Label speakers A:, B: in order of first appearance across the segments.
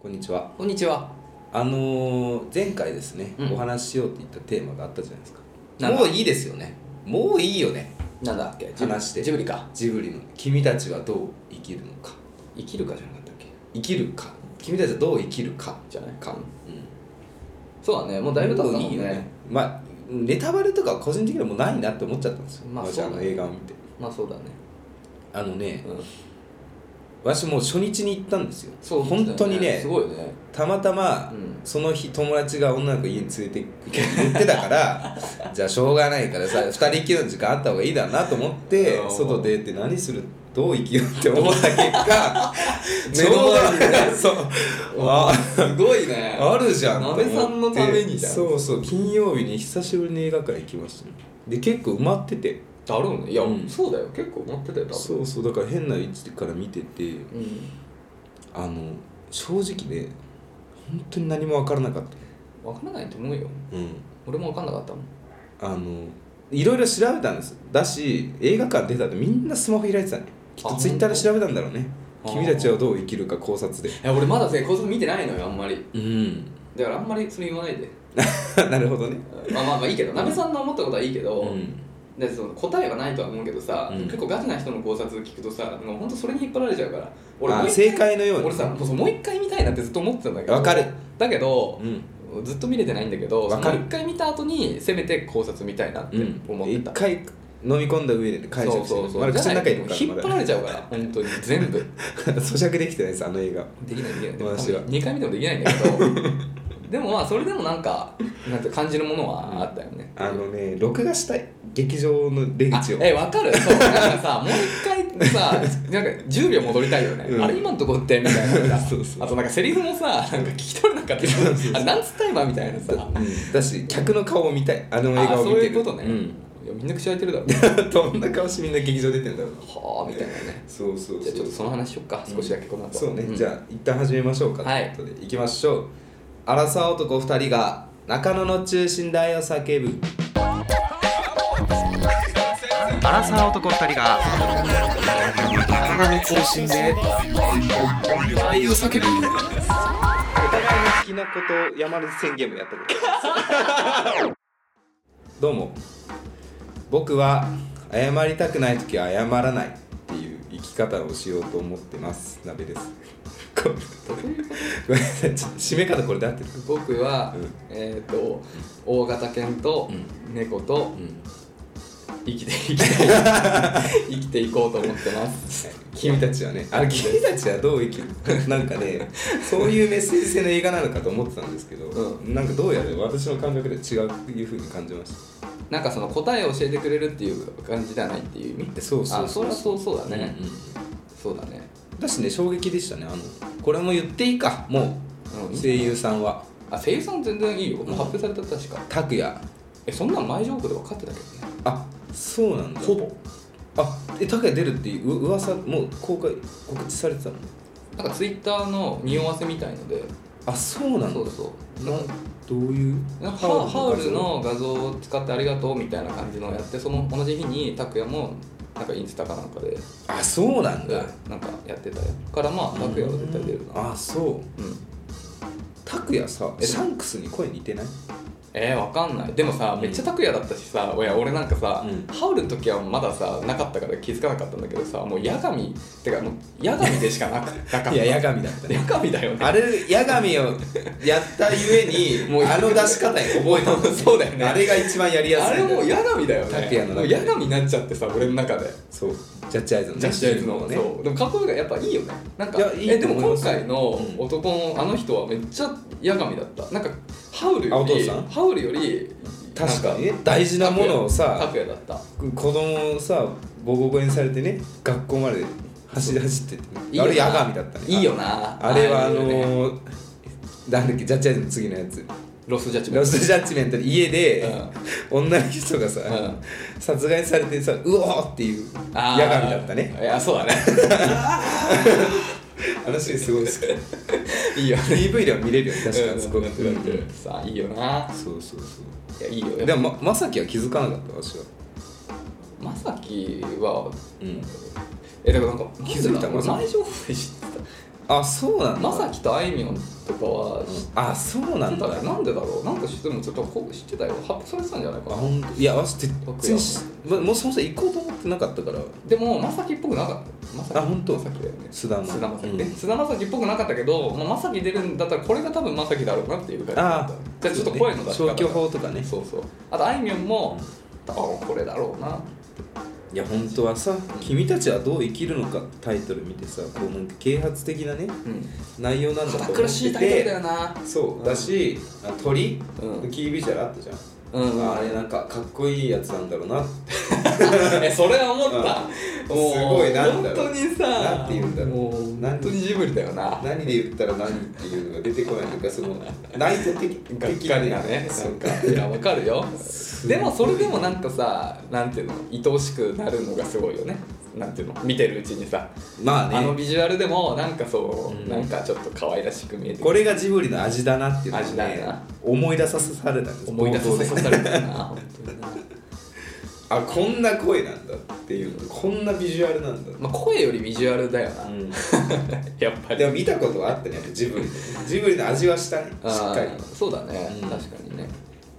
A: こんにちは
B: こんにちは。
A: あのー前回ですね、
B: うん
A: お話ししようって言ったテーマがあったじゃないですか
B: なんだ
A: もういいですよねもういいよね
B: なんだっけ
A: 話して
B: ジブリか。
A: ジブリの「君たちはどう生きるのか
B: 生きるかじゃなかったっけ
A: 生きるか君たちはどう生きるか」
B: じゃない
A: か、うん
B: そうだね。もうだいぶ経ったもん
A: もういい
B: ね。
A: よねまあネタバレとか個人的にはもうないなって思っちゃったんですよ、
B: まあ
A: 私あ
B: そう
A: の
B: だね
A: 映画を見て
B: まあそうだね。
A: あのね、
B: うん
A: 私もう初日に行ったんですよ
B: そう
A: 本当にね
B: すごいよね。
A: たまたま、
B: うん
A: その日友達が女の子家に連れてくって言ってたから じゃあしょうがないからさ2人きりの時間あった方がいいだなと思って
B: うん
A: 外出て何するどう生きようって思った結 果
B: ちょうどいいね
A: そうあ
B: すごいね。
A: あるじゃんと思って
B: なべさんのためにじゃん
A: そうそう金曜日に久しぶりに映画館行きましたねで結構埋まってて
B: だろうね。いや、
A: うん
B: そうだよ。結構持ってたよ、多分。
A: そうそうだから変な位置から見てて
B: うん。
A: あの正直ね本当に何も分からなかっ
B: わからないと思うよ。
A: たうん
B: 俺もわかんなかったもん。
A: あのいろいろ調べたんですだし映画館出たってみんなスマホ開いてたねきっ
B: あ
A: とツイッターで
B: 本
A: 調べたんだろうね
B: あー
A: 君たちはどう生きるか考察で
B: いや、俺まだね、構図見てないのよ、あんまり。
A: うん
B: だからあんまりそれ言わないで。
A: なるほどね
B: まあまあまあいいけど、なべさんの思ったことはいいけど、
A: うん
B: でその答えはないとは思うけどさ、
A: うん
B: 結構ガチな人の考察聞くとさ、もう本当それに引っ張られちゃうから。
A: あ
B: もう一回
A: 正解のように
B: 俺さ、もうそうもう一回見たいなってずっと思ってたんだけど。
A: わかる。
B: だけど
A: う、ん
B: ずっと見れてないんだけど、
A: わかる
B: その一回見た後に、せめて考察見たいなって
A: うん
B: 思って
A: 一
B: た。
A: 回飲み込んだ上で解釈して
B: そうそうそう
A: まだ口の中にいる
B: じゃないと引っ
A: から
B: 張ら
A: ま
B: れちゃ うから本当に全部
A: だ 咀嚼できてないですあの映画
B: できないできないでも
A: 私は
B: 2回見てもできないんだけど でもまあそれでもなんかなんて感じるものはあったよね
A: あのね録画したい劇場の出
B: あ
A: 口を
B: えわかるそうなんかさもう一回さなんか10秒戻りたいよね、
A: うん
B: あれ今のとこってみたい な
A: そうそう
B: あとなんかセリフもさなんか聞き取れなかったりあれなんつった今みたいなさ
A: うんだし客の顔を見たいあの映
B: あ
A: 画を
B: そう
A: 見て
B: い
A: る
B: うことね、
A: う
B: いやみんな口開いてるだろう
A: ん どんな顔してみんな劇場出てんだろうな
B: はあみたいなね
A: そうそうそう
B: じゃあちょっとその話しよっか少しだけこの後、
A: そうね、
B: ん
A: じゃあ一旦始めましょうか
B: はい
A: ということでいきましょうアラサー男2人が中野の中心大を叫ぶ
C: アラサー男二人が体の中心で愛を叫ぶ
A: お互いの好きなことを山根宣言もやったことあ りますどうも僕は謝りたくない時は謝らないっていう生き方をしようと思ってます鍋 ですこごめんなさいちょっと締め方これで合ってる
B: 僕は、
A: うん
B: えっ、と大型犬と猫と
A: ん
B: 生きて 生きて生きていこうと思ってます
A: 君たちはねあれ君たちはどう生きる なんかねそういうメッセージ性の映画なのかと思ってたんですけど、
B: う
A: なんかどうやら私の感覚では違うっていうふうに感じました
B: なんかその答えを教えてくれるっていう感じではないっていう意味
A: そうそう
B: あそれはそうそうだね、
A: うんうん
B: そうだね
A: だしね衝撃でしたねあのこれも言っていいかも
B: う
A: うん声優さんは
B: あ声優さん全然いいよ、もう発表された確か
A: 拓也
B: えそんなん前情報で分かってたけどね
A: あそうなんだ
B: ほぼ
A: あえ拓也出るっていうう噂もう公開告知されてたの
B: なんかツイッターの匂わせみたいので、
A: あそうなんだ
B: そうそう
A: などういう
B: なんかハウハウルの画像を使ってありがとうみたいな感じのをやってその同じ日に拓也もなんかインスタかなんかで
A: あそうなんだ
B: なんかやってたよからまあ拓也は絶対出るな
A: あそう
B: うん
A: 拓也さえ
B: え
A: シャンクスに声似てない
B: えー、わかんないでもさ
A: ん
B: めっちゃ拓也だったしさ、いや俺なんかさ、
A: うん
B: ハウルの時はまださなかったから気づかなかったんだけどさもう八神ってかもう八神でしかなくなかった
A: いや、八神だったね。
B: 八神だよ ね
A: あれ、八神をやったゆえ に、
B: もう
A: あの出し方に覚えたん だ
B: そうだよね
A: あれが一番やりやすい。
B: あれもう八神だよね
A: 拓也の中
B: もう
A: で
B: 八神になっちゃってさ俺の中で
A: そう、ジャッジアイズのね。
B: ジャッジアイズの、
A: ね。
B: そうでもかっこいいがやっぱいいよねなんか
A: いやいい
B: えで
A: と
B: も
A: 思いま
B: 今
A: す
B: 回の
A: うん
B: 男のあの人はめっちゃ八神だったなんかハウル
A: あ
B: よ
A: お父
B: り
A: さん
B: ハウルより
A: 確かに
B: な
A: ね
B: ん
A: 大事なものをさ
B: 拓也だった
A: 子供をさ、ボコボコにされてね、学校まで走り走ってってね、
B: いいよ
A: あ
B: な
A: れ、八神だったね。
B: いいよな
A: あれは、あ
B: いうね
A: のー、なんだっけ、ジャッジアイズの次のやつ。
B: ロスジャッジメン
A: ロ
B: ト
A: スジャッジメントで家で、女の人がさ、
B: うん
A: 殺害されてさ、うおーっていう
B: あ
A: 八
B: ー
A: 神だったね。
B: いやそうだね
A: あのシーンすごい好き。
B: いいよ
A: PV では見れるよね確か
B: うん
A: にそこが
B: うんさあいいよな
A: そうそうそ
B: いやいいよ
A: うでもままさきは気づかなかった私は
B: まさきは
A: うん
B: えだからなんか
A: 気づいた
B: 俺
A: まさき
B: 前情報で知ってた
A: あそうなんだ
B: まさきとあいみょんとかは知っ
A: あそうなん
B: てた
A: だ
B: ねなんでだろうなんか知ってもちょっとこう知ってたよ発表されてたんじゃないか
A: あ
B: な
A: 本当いやわし全然しまもうそもそも行こうと思ってなかったから
B: でもまさきっぽくなかったまさき
A: あ本当
B: まさきだよね
A: 菅田の
B: 菅田将暉ね
A: うん
B: 菅田将暉っぽくなかったけど、まあ、まさき出るんだったらこれが多分まさきだろうなっていう感じだった
A: あ
B: じゃあちょっと声の出し方が
A: 消去法とかね
B: そうそうあとあいみょんも、あこれだろうない
A: や本当はさ「君たちはどう生きるのか」ってタイトル見てさこうなんか啓発的なね
B: うん
A: 内容なんだと
B: 堅
A: 思っ
B: 苦していタイトルだ
A: て
B: よな
A: そうだしあ鳥
B: うん
A: キービジュアルあったじゃん
B: うん
A: あれなんかかっこいいやつなんだろうなって
B: えそれは思った、
A: うん
B: もう
A: すごいなんだろう
B: 本当にさ
A: なんて言うんだろう
B: もう
A: なん
B: 本当にジブリだよな
A: 何で言ったら何っていうのが出てこないというかその内在的
B: がっかりがね
A: そ
B: な
A: うん
B: かいやわかるよでもそれでもなんかさなんていうの愛おしくなるのがすごいよねなんていうの見てるうちにさ
A: ま
B: あ
A: あ
B: の
A: ね
B: ビジュアルでもなんかそう、
A: うん
B: なんかちょっと可愛らしく見えてくる
A: これがジブリの味だなっていうのをね
B: 味だな
A: 思い出させられたんです
B: 思い出
A: 冒頭
B: さ
A: で
B: せされたな本当にな
A: あこんな声なんだっていうこんなビジュアルなんだ、
B: まあ声よりビジュアルだよな、やっぱり
A: でも見たことはあったねやっぱジブリジブリの味はしたねしっかり
B: あーそうだね、
A: うん
B: 確かにね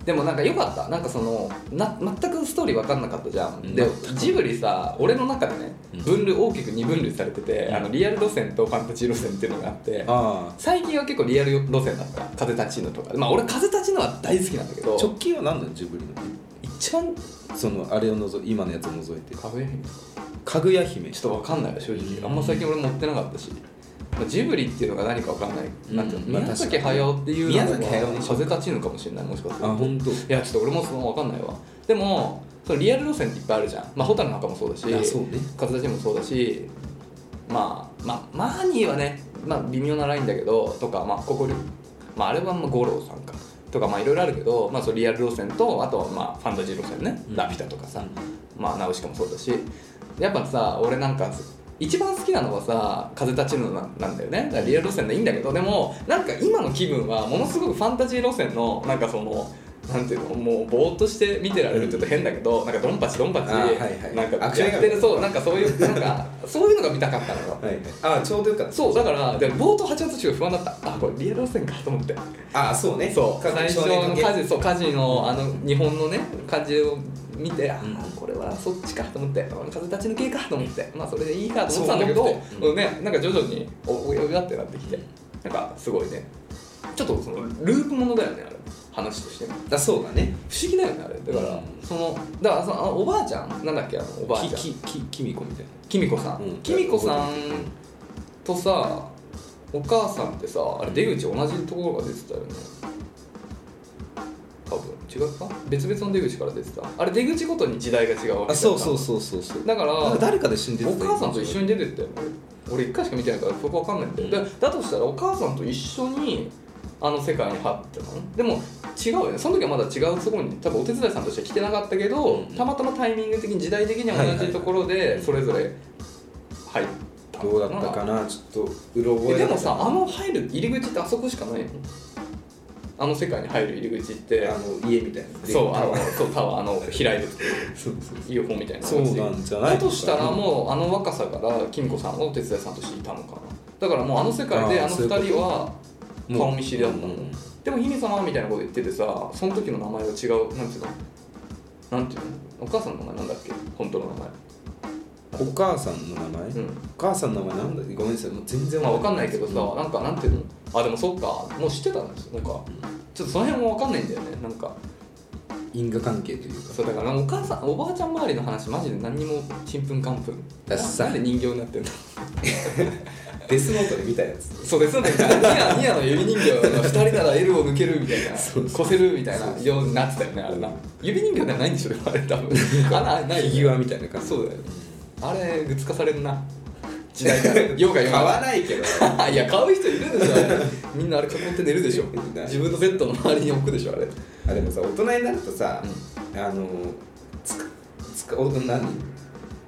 B: でもなんか良かったなんかそのな全くストーリー分かんなかったじゃん、
A: うん
B: でジブリさ俺の中でね
A: うん
B: 分類大きく2分類されてて、
A: うん
B: あのリアル路線とファンタジー路線っていうのがあって
A: あ
B: 最近は結構リアル路線だった風立ちぬとかまあ俺風立ちぬは大好きなんだけど
A: 直近は何だジブリの
B: 一番
A: そのあれを除い今のやつを除いて
B: かぐや姫
A: かぐや姫
B: ちょっと分かんないよ正
A: うん
B: 直あんま最近俺持ってなかったしまあジブリっていうのが何か分かんない、
A: うん
B: なんていうの
A: まあ
B: 宮崎駿っていうの
A: 宮崎駿にしよう
B: 風立ちぬかもしれないもしかする
A: あ
B: と
A: 本当
B: いやちょっと俺もその分かんないわでもそのリアル路線っていっぱいあるじゃんまあ蛍の墓もそうだし
A: あそうね
B: 風立ちもそうだしまあまあマーニーはねまあ微妙なラインだけどとかまあここまああれはまあ五郎さんかとかまあいろいろあるけどまあそのリアル路線とあとはまあファンタジー路線ね、
A: うん
B: ラピュタとかさ、まあナウシカもそうだしやっぱさ俺なんか一番好きなのはさ風立ちぬななんだよねだからリアル路線でいいんだけどでもなんか今の気分はものすごくファンタジー路線のなんかそのなんていうのもうぼーっとして見てられるって言うと変だけど、なんかドンパチドンパチ、
A: あはいはい
B: なんか
A: アクション映画
B: やってるそうなんかそういうなんかそういうのが見たかったのよ
A: はいはいあちょうどよかった
B: そうだからで冒頭8月中不安だったあこれリアル路線かと思って
A: あそうね
B: そう
A: か
B: 最
A: 少
B: 初
A: 年
B: の
A: かけ
B: 家事そう家事のあの日本のね家事を見てあ
A: うん
B: ーこれはそっちかと思ってあ風立ち抜けかと思ってまあそれでいいかと思ってたんだけ
A: そう
B: ど
A: 思ってうん
B: うんねなんか徐々におおやおやってなってきてなんかすごいねちょっとそのループものだよねあれ話としてね
A: あそうだね
B: 不思議だよねあれだから、
A: うん
B: そのだからそのあおばあちゃんなんだっけあのおばあちゃん
A: ききききみこみたいな
B: きみこさん、
A: うん
B: きみこさんとさお母さんってさあれ出口同じところが出てたよね多分違うか別々の出口から出てたあれ出口ごとに時代が違うわけ
A: あそうそう
B: そ
A: そうそうそう
B: だから
A: なんか誰かで死んで
B: お母さんと一
A: に
B: 緒に出てったよね俺一回しか見てないからそこわかんないんだよ、
A: う
B: だだとしたらお母さんと一緒にあの世界に入ってたのでも違うよねその時はまだ違うところに多分お手伝いさんとしては来てなかったけど、
A: うん
B: たまたまタイミング的に時代的には同じところでそれぞれ入った
A: どうだったかなちょっとうろ覚
B: え
A: え
B: で
A: だ
B: もさあの入る入り口ってあそこしかないのあの世界に入る入り口って
A: あの家みたいな
B: そうあ
A: タ
B: の
A: ワー
B: そうタワーあの開いて
A: そうそう
B: UFO みたいな
A: そうなんじゃない
B: だとしたらもうあの若さから金子さんはお手伝いさんとしていたのかなだからもうあの世界で
A: あー
B: あの
A: そう
B: 二
A: いう
B: 人
A: こと
B: は
A: もう
B: 顔見知りだった
A: うんんう
B: だ
A: ん
B: でも姫様みたいなこと言っててさその時の名前は違うなんていうのなんていうのお母さんの名前なんだっけ本当の名
A: お母さんの名前、
B: 前
A: お
B: うん
A: 母さんの名前なんだっけごめんなさいもう全然
B: まあわかんないけど
A: う
B: さなんかなんていうのあでもそっかもう知ってたんですなんかちょっとその辺もわかんないんだよねなんか
A: 因果関係というか
B: そうだからお母さんおばあちゃん周りの話マジで何にもちんぷんかんぷん
A: だっさ
B: なんで人形になってんの
A: デスノートで見たやつ
B: そうですよね。ニアニアの指人形の2人なら L を抜けるみたいな、こせるみたいなようになってたよね、あれな。指人形ではないんでしょ、でもあれ多 分。あなない
A: フィギュアみたいな感じ
B: そうだよね。あれ、グッズ化されるな。時代から。用が
A: 買
B: 用
A: わ
B: が。
A: ないけど
B: いや、買う人いるでしょ、あれみんなあれ囲って寝る でしょ。自分のベッドの周りに置くでしょ、あれ。
A: あでもさ大人になるとさ、あのつくつくお何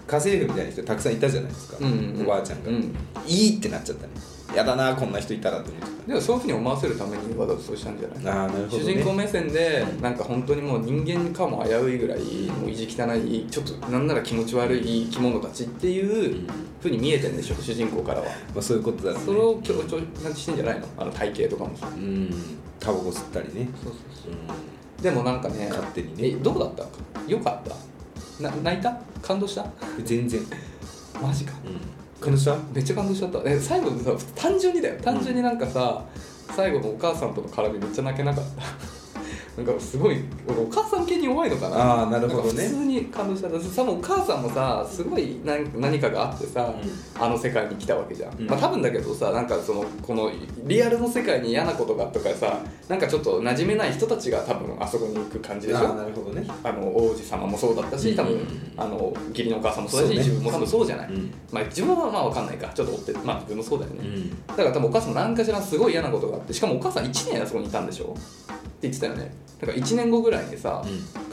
A: 家政婦みたいな人たくさんいたじゃないですか、
B: うんうんうん
A: おばあちゃんが、
B: うん
A: いいってなっちゃったね嫌だなこんな人いたらって思って
B: でもそういうふうに思わせるためにわざとそうしたんじゃない
A: たああなるほ
B: 主
A: ど、ね、
B: 人公目線でなんか本当にもう人間かも危ういぐらいもう意地汚いちょっとなんなら気持ち悪い生き物たちっていうふうに見えてるんでしょ主人公からは
A: まあ、そういうことだよね
B: それを強調してんじゃないのあの体型とかもさ
A: うんタバコ吸ったりね、
B: そうそう
A: うん、
B: そうでもなんかね
A: 勝手に
B: え
A: ね
B: どうだったよかったな泣いた感動した
A: 全然うん
B: マジか
A: 彼女さ
B: めっちゃ感動しちゃったえ最後さ単純にだよ単純になんかさ、最後のお母さんとの絡みめっちゃ泣けなかったなんかすごい俺お母さん系に弱いのかな
A: ああなるほど
B: なんか普
A: ね
B: 通に感動しちゃったさもうお母さんもさすごい何何かがあってさ、あの世界に来たわけじゃん、
A: うん
B: まあ、多分だけどさなんかそのこのリアルの世界に嫌なことがとかさなんかちょっと馴染めない人たちが多分あそこに行く感じでし
A: ああ
B: ょ
A: なるほどね
B: あの王子様もそうだったし多分、
A: うん
B: あの義理のお母さんもそうだし
A: そうね
B: 自分も多分そうじゃない、
A: うん
B: まあ、自分はまあ分かんないかちょっと追ってまあ自分もそうだよね、
A: うん
B: だから多分お母さんも何かしらすごい嫌なことがあってしかもお母さん1年あそこにいたんでしょって言ってたよねだから1年後ぐらいにさ、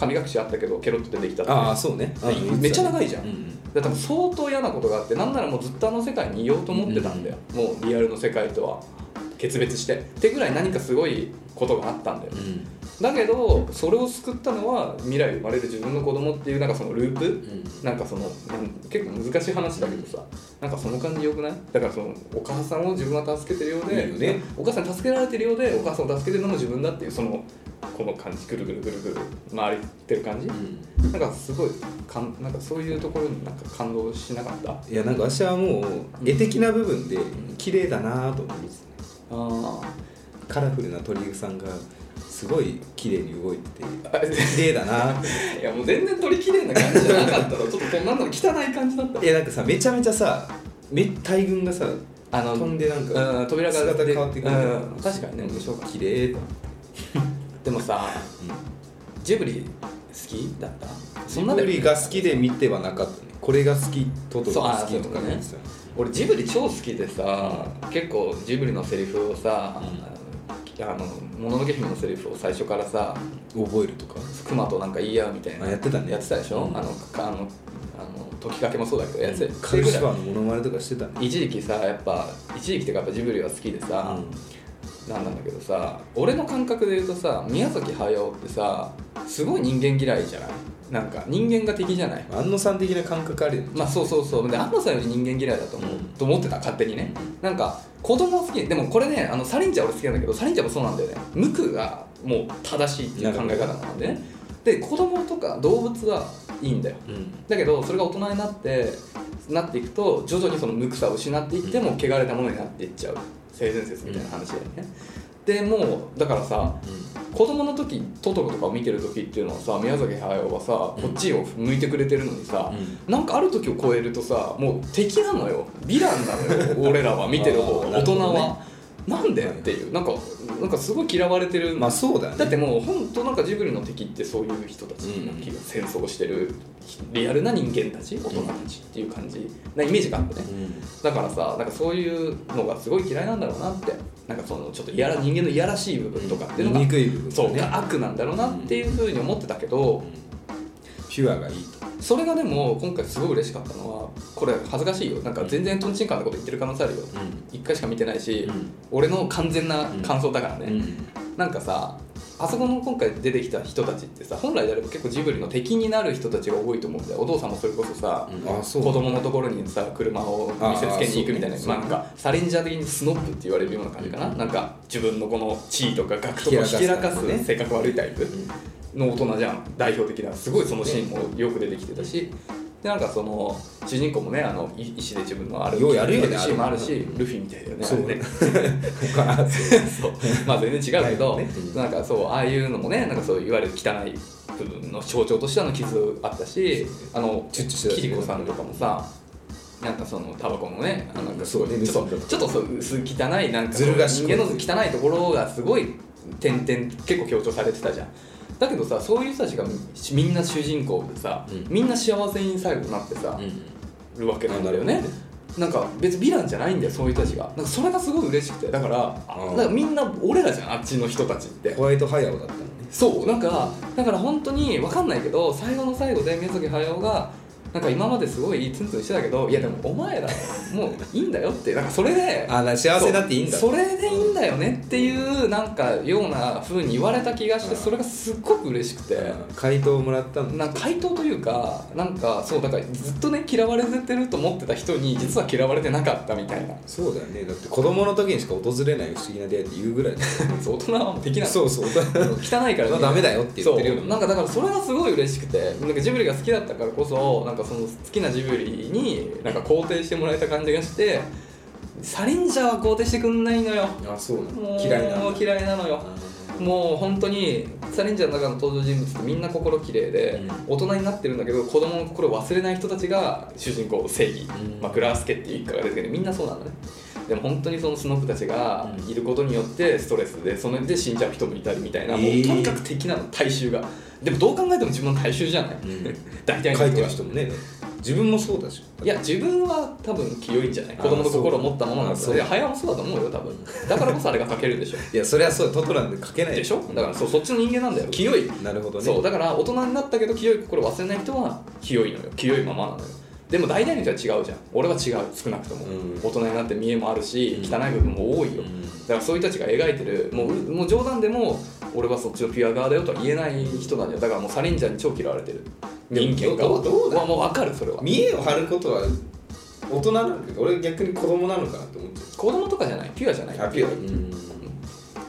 B: 神隠しあったけどケロッと出てきたって
A: ああそうねあ
B: でめっちゃ長いじゃん、
A: う
B: だか
A: ん
B: ら多分相当嫌なことがあってなんならもうずっとあの世界にいようと思ってたんだよ、もうリアルの世界とは決別してってぐらい何かすごいことがあったんだよ
A: うん
B: だけどそれを救ったのは未来生まれる自分の子供っていうなんかそのループ、なんかそのなん結構難しい話だけどさなんかその感じよくないだからそのお母さんを自分は助けてるようで
A: いいよね
B: お母さんに助けられてるようでお母さんを助けてるのも自分だっていうそのこの感じぐるぐるぐるぐる回ってる感じ、なんかすごいかんなんかそういうところになんか感動しなかったあ
A: いやなんか私はもう絵的な部分で綺麗だなと思いますね
B: あ
A: カラフルな鳥居さんがすごい綺麗に動いてて綺麗だなって
B: いやもう全然鳥綺麗な感じじゃなか ったのちょっとなんだろう汚い感じだった
A: いやなんかさめちゃめちゃさめ大群がさ
B: あの
A: 飛んでなんか
B: うん、扉が
A: 姿変わってくる
B: うん、確かにね面白かっ
A: 綺麗だ
B: たでもさジブリ好きだった
A: ジ
B: そんなだ
A: ブ
B: よね
A: リが好きで見てはなかったねこれが好きトトロが好
B: そう
A: き
B: あー
A: とかね
B: そう俺ジブリ超好きでさ結構ジブリのセリフをさ「あのもののけ姫」のセリフを最初からさ
A: 覚えるとか
B: 熊となんか言い合うみたいな
A: あやってたね
B: やってたでしょ、
A: うん
B: あのかあのあの時きかけもそうだけどやってた
A: カルシファーのモノマネとかしてたね
B: 一時期さやっぱ一時期っていうかやっぱジブリは好きでさ、なんなんだけどさ俺の感覚で言うとさ宮崎駿ってさすごい人間嫌いじゃないなんか人間が敵じゃない
A: 安野さん的な感覚あるよね
B: まあそうそうそうで安野さんより人間嫌いだと思う、
A: うん
B: と思ってた勝手にねなんか子供好きでもこれねあのサリンちゃん俺好きなんだけどサリンちゃんもそうなんだよね無垢がもう正しいっていう考え方なんでねで子供とか動物はいいんだよ
A: うん
B: だけどそれが大人になってなっていくと徐々にその無垢さを失っていっても汚れたものになっていっちゃう性善説みたいな話だよね、でもうだからさ子供の時トトロとかを見てる時っていうのはさ宮崎駿はさこっちを向いてくれてるのにさ、なんかある時を超えるとさもう敵なのよヴィランなのよ俺 らは見てる方
A: あー
B: 大
A: なるほ
B: 人
A: どね
B: は、なんでっていうなんかなんかすごい嫌われてる、
A: まあそうだね
B: だってもう本当なんかジブリの敵ってそういう人たちな気が戦争してるリアルな人間たち大人たちっていう感じなイメージがあってねだからさなんかそういうのがすごい嫌いなんだろうなってなんかそのちょっといやら人間のいやらしい部分とかっていうのが、
A: 醜い部分
B: そう
A: ね
B: が悪なんだろうなっていうふうに思ってたけど、
A: ピュアがいいと
B: それがでも今回すごい嬉しかったのはこれ恥ずかしいよなんか全然とんちんかんなこと言ってる可能性あるよ1回しか見てないし、
A: うん
B: 俺の完全な感想だからね、
A: うん
B: なんかさあそこの今回出てきた人たちってさ本来であれば結構ジブリの敵になる人たちが多いと思うんだよお父さんもそれこそさ、
A: あそう
B: 子供のところにさ車を見せつけに行くみたいな
A: あーそう
B: まあなんかサレンジャー的にスノップって言われるような感じかな、
A: うん
B: なんか自分のこの地位とか学とかをひ
A: ひ
B: け
A: け
B: ら
A: ら
B: か
A: か
B: す
A: すね
B: 性格悪いタイプの大人じゃん代表的なすごいそのシーンもよく出てきてたしでなんかその主人公もねあのい石で自分のある
A: ようやるよね
B: シーンもあるし
A: あれ
B: ルフィみたいだよね
A: そう
B: あれね
A: 他あそう
B: そうまあ全然違うけど、
A: だよねうん
B: なんかそうああいうのもねなんかそういわゆる汚い部分の象徴としてあの傷あったしあの
A: チュッチュしてた
B: キリコさんとかもさなんかそのタバコのねあのなんかすごい
A: そうね
B: ちょっ
A: 盗
B: と
A: んだ
B: ちょっとそう薄汚いなんか
A: ずる賢い
B: 人間の汚いところがすごい点々結構強調されてたじゃんだけどさそういう人たちがみんな主人公でさ、
A: うん
B: みんな幸せに最後なってさ、るわけなんだよね
A: なるほどね
B: なんか別にヴィランじゃないんだよそういう人たちがなんかそれがすごい嬉しくてだから
A: あ
B: なんかみんな俺らじゃんあっちの人たちって
A: ホワイトハヤオだったのね
B: そうなんかだから本当に分かんないけど最後の最後で宮崎駿がなんか今まですごいいいツンツンしてたけどいやでもお前らもういいんだよってなんかそれで
A: あな幸せだっていいんだ
B: そうそれでいいんだよねっていうなんかような風に言われた気がしてそれがすっごく嬉しくて
A: うん回答をもらったんだ
B: なんか回答というかなんかそうだからずっとね嫌われてると思ってた人に実は嫌われてなかったみたいな
A: そうだよねだって子供の時にしか訪れない不思議な出会いって言うぐらいだよ
B: そう大人はもうできない
A: そうそう
B: 汚いから
A: まあダメだよって言ってるような
B: そうなんかだからそれがすごい嬉しくてなんかジブリが好きだったからこそなんかその好きなジブリになんか肯定してもらえた感じがしてサリンジャーは肯定してくんないのよ
A: あそうな
B: も
A: の
B: う
A: 嫌いなん
B: もう
A: だ
B: 嫌いなのよ
A: あ
B: もう本当にサリンジャーの中の登場人物ってみんな心綺麗で、大人になってるんだけど子供の心を忘れない人たちが主人公正義、
A: うん
B: まあ、グラースケっていう一家が出てるみんなそうなんだねでも本当にそのスノープたちが
A: うん
B: いることによってストレスでそれで死んじゃう人もいたりみたいな、
A: えー
B: もうとにかく敵なの大衆がでもどう考えても自分の大衆じゃない、
A: うん
B: 大体の
A: 書い
B: 人
A: てる
B: が
A: 人もね自分もそうだし
B: いや自分は多分清いんじゃない
A: あー
B: 子供の心を持ったものなん
A: そう
B: で早もそうだと思うよ多分だからこそあれが書け るでしょ
A: いやそりゃそうトトランで書けない
B: でしょだからそうそっちの人間なんだよ清い
A: なるほどね
B: そうだから大人になったけど清い心を忘れない人は清いのよ清いままなのよでも大体の人は違うじゃん俺は違う少なくとも、
A: うん
B: 大人になって見えもあるし
A: うん
B: 汚い部分も多いよ、
A: うん
B: だからそういう人たちが描いてるもうもう冗談でも俺はそっちのピュア側だよとは言えない人なんだよだからもうサリンジャーに超嫌われてる
A: でも
B: 人間
A: ど
B: 側
A: うどうだ
B: はもう分かるそれは
A: 見栄を張ることは大人なんだけど俺逆に子供なのかなって思っちゃう
B: 子供とかじゃないピュアじゃない
A: あピュア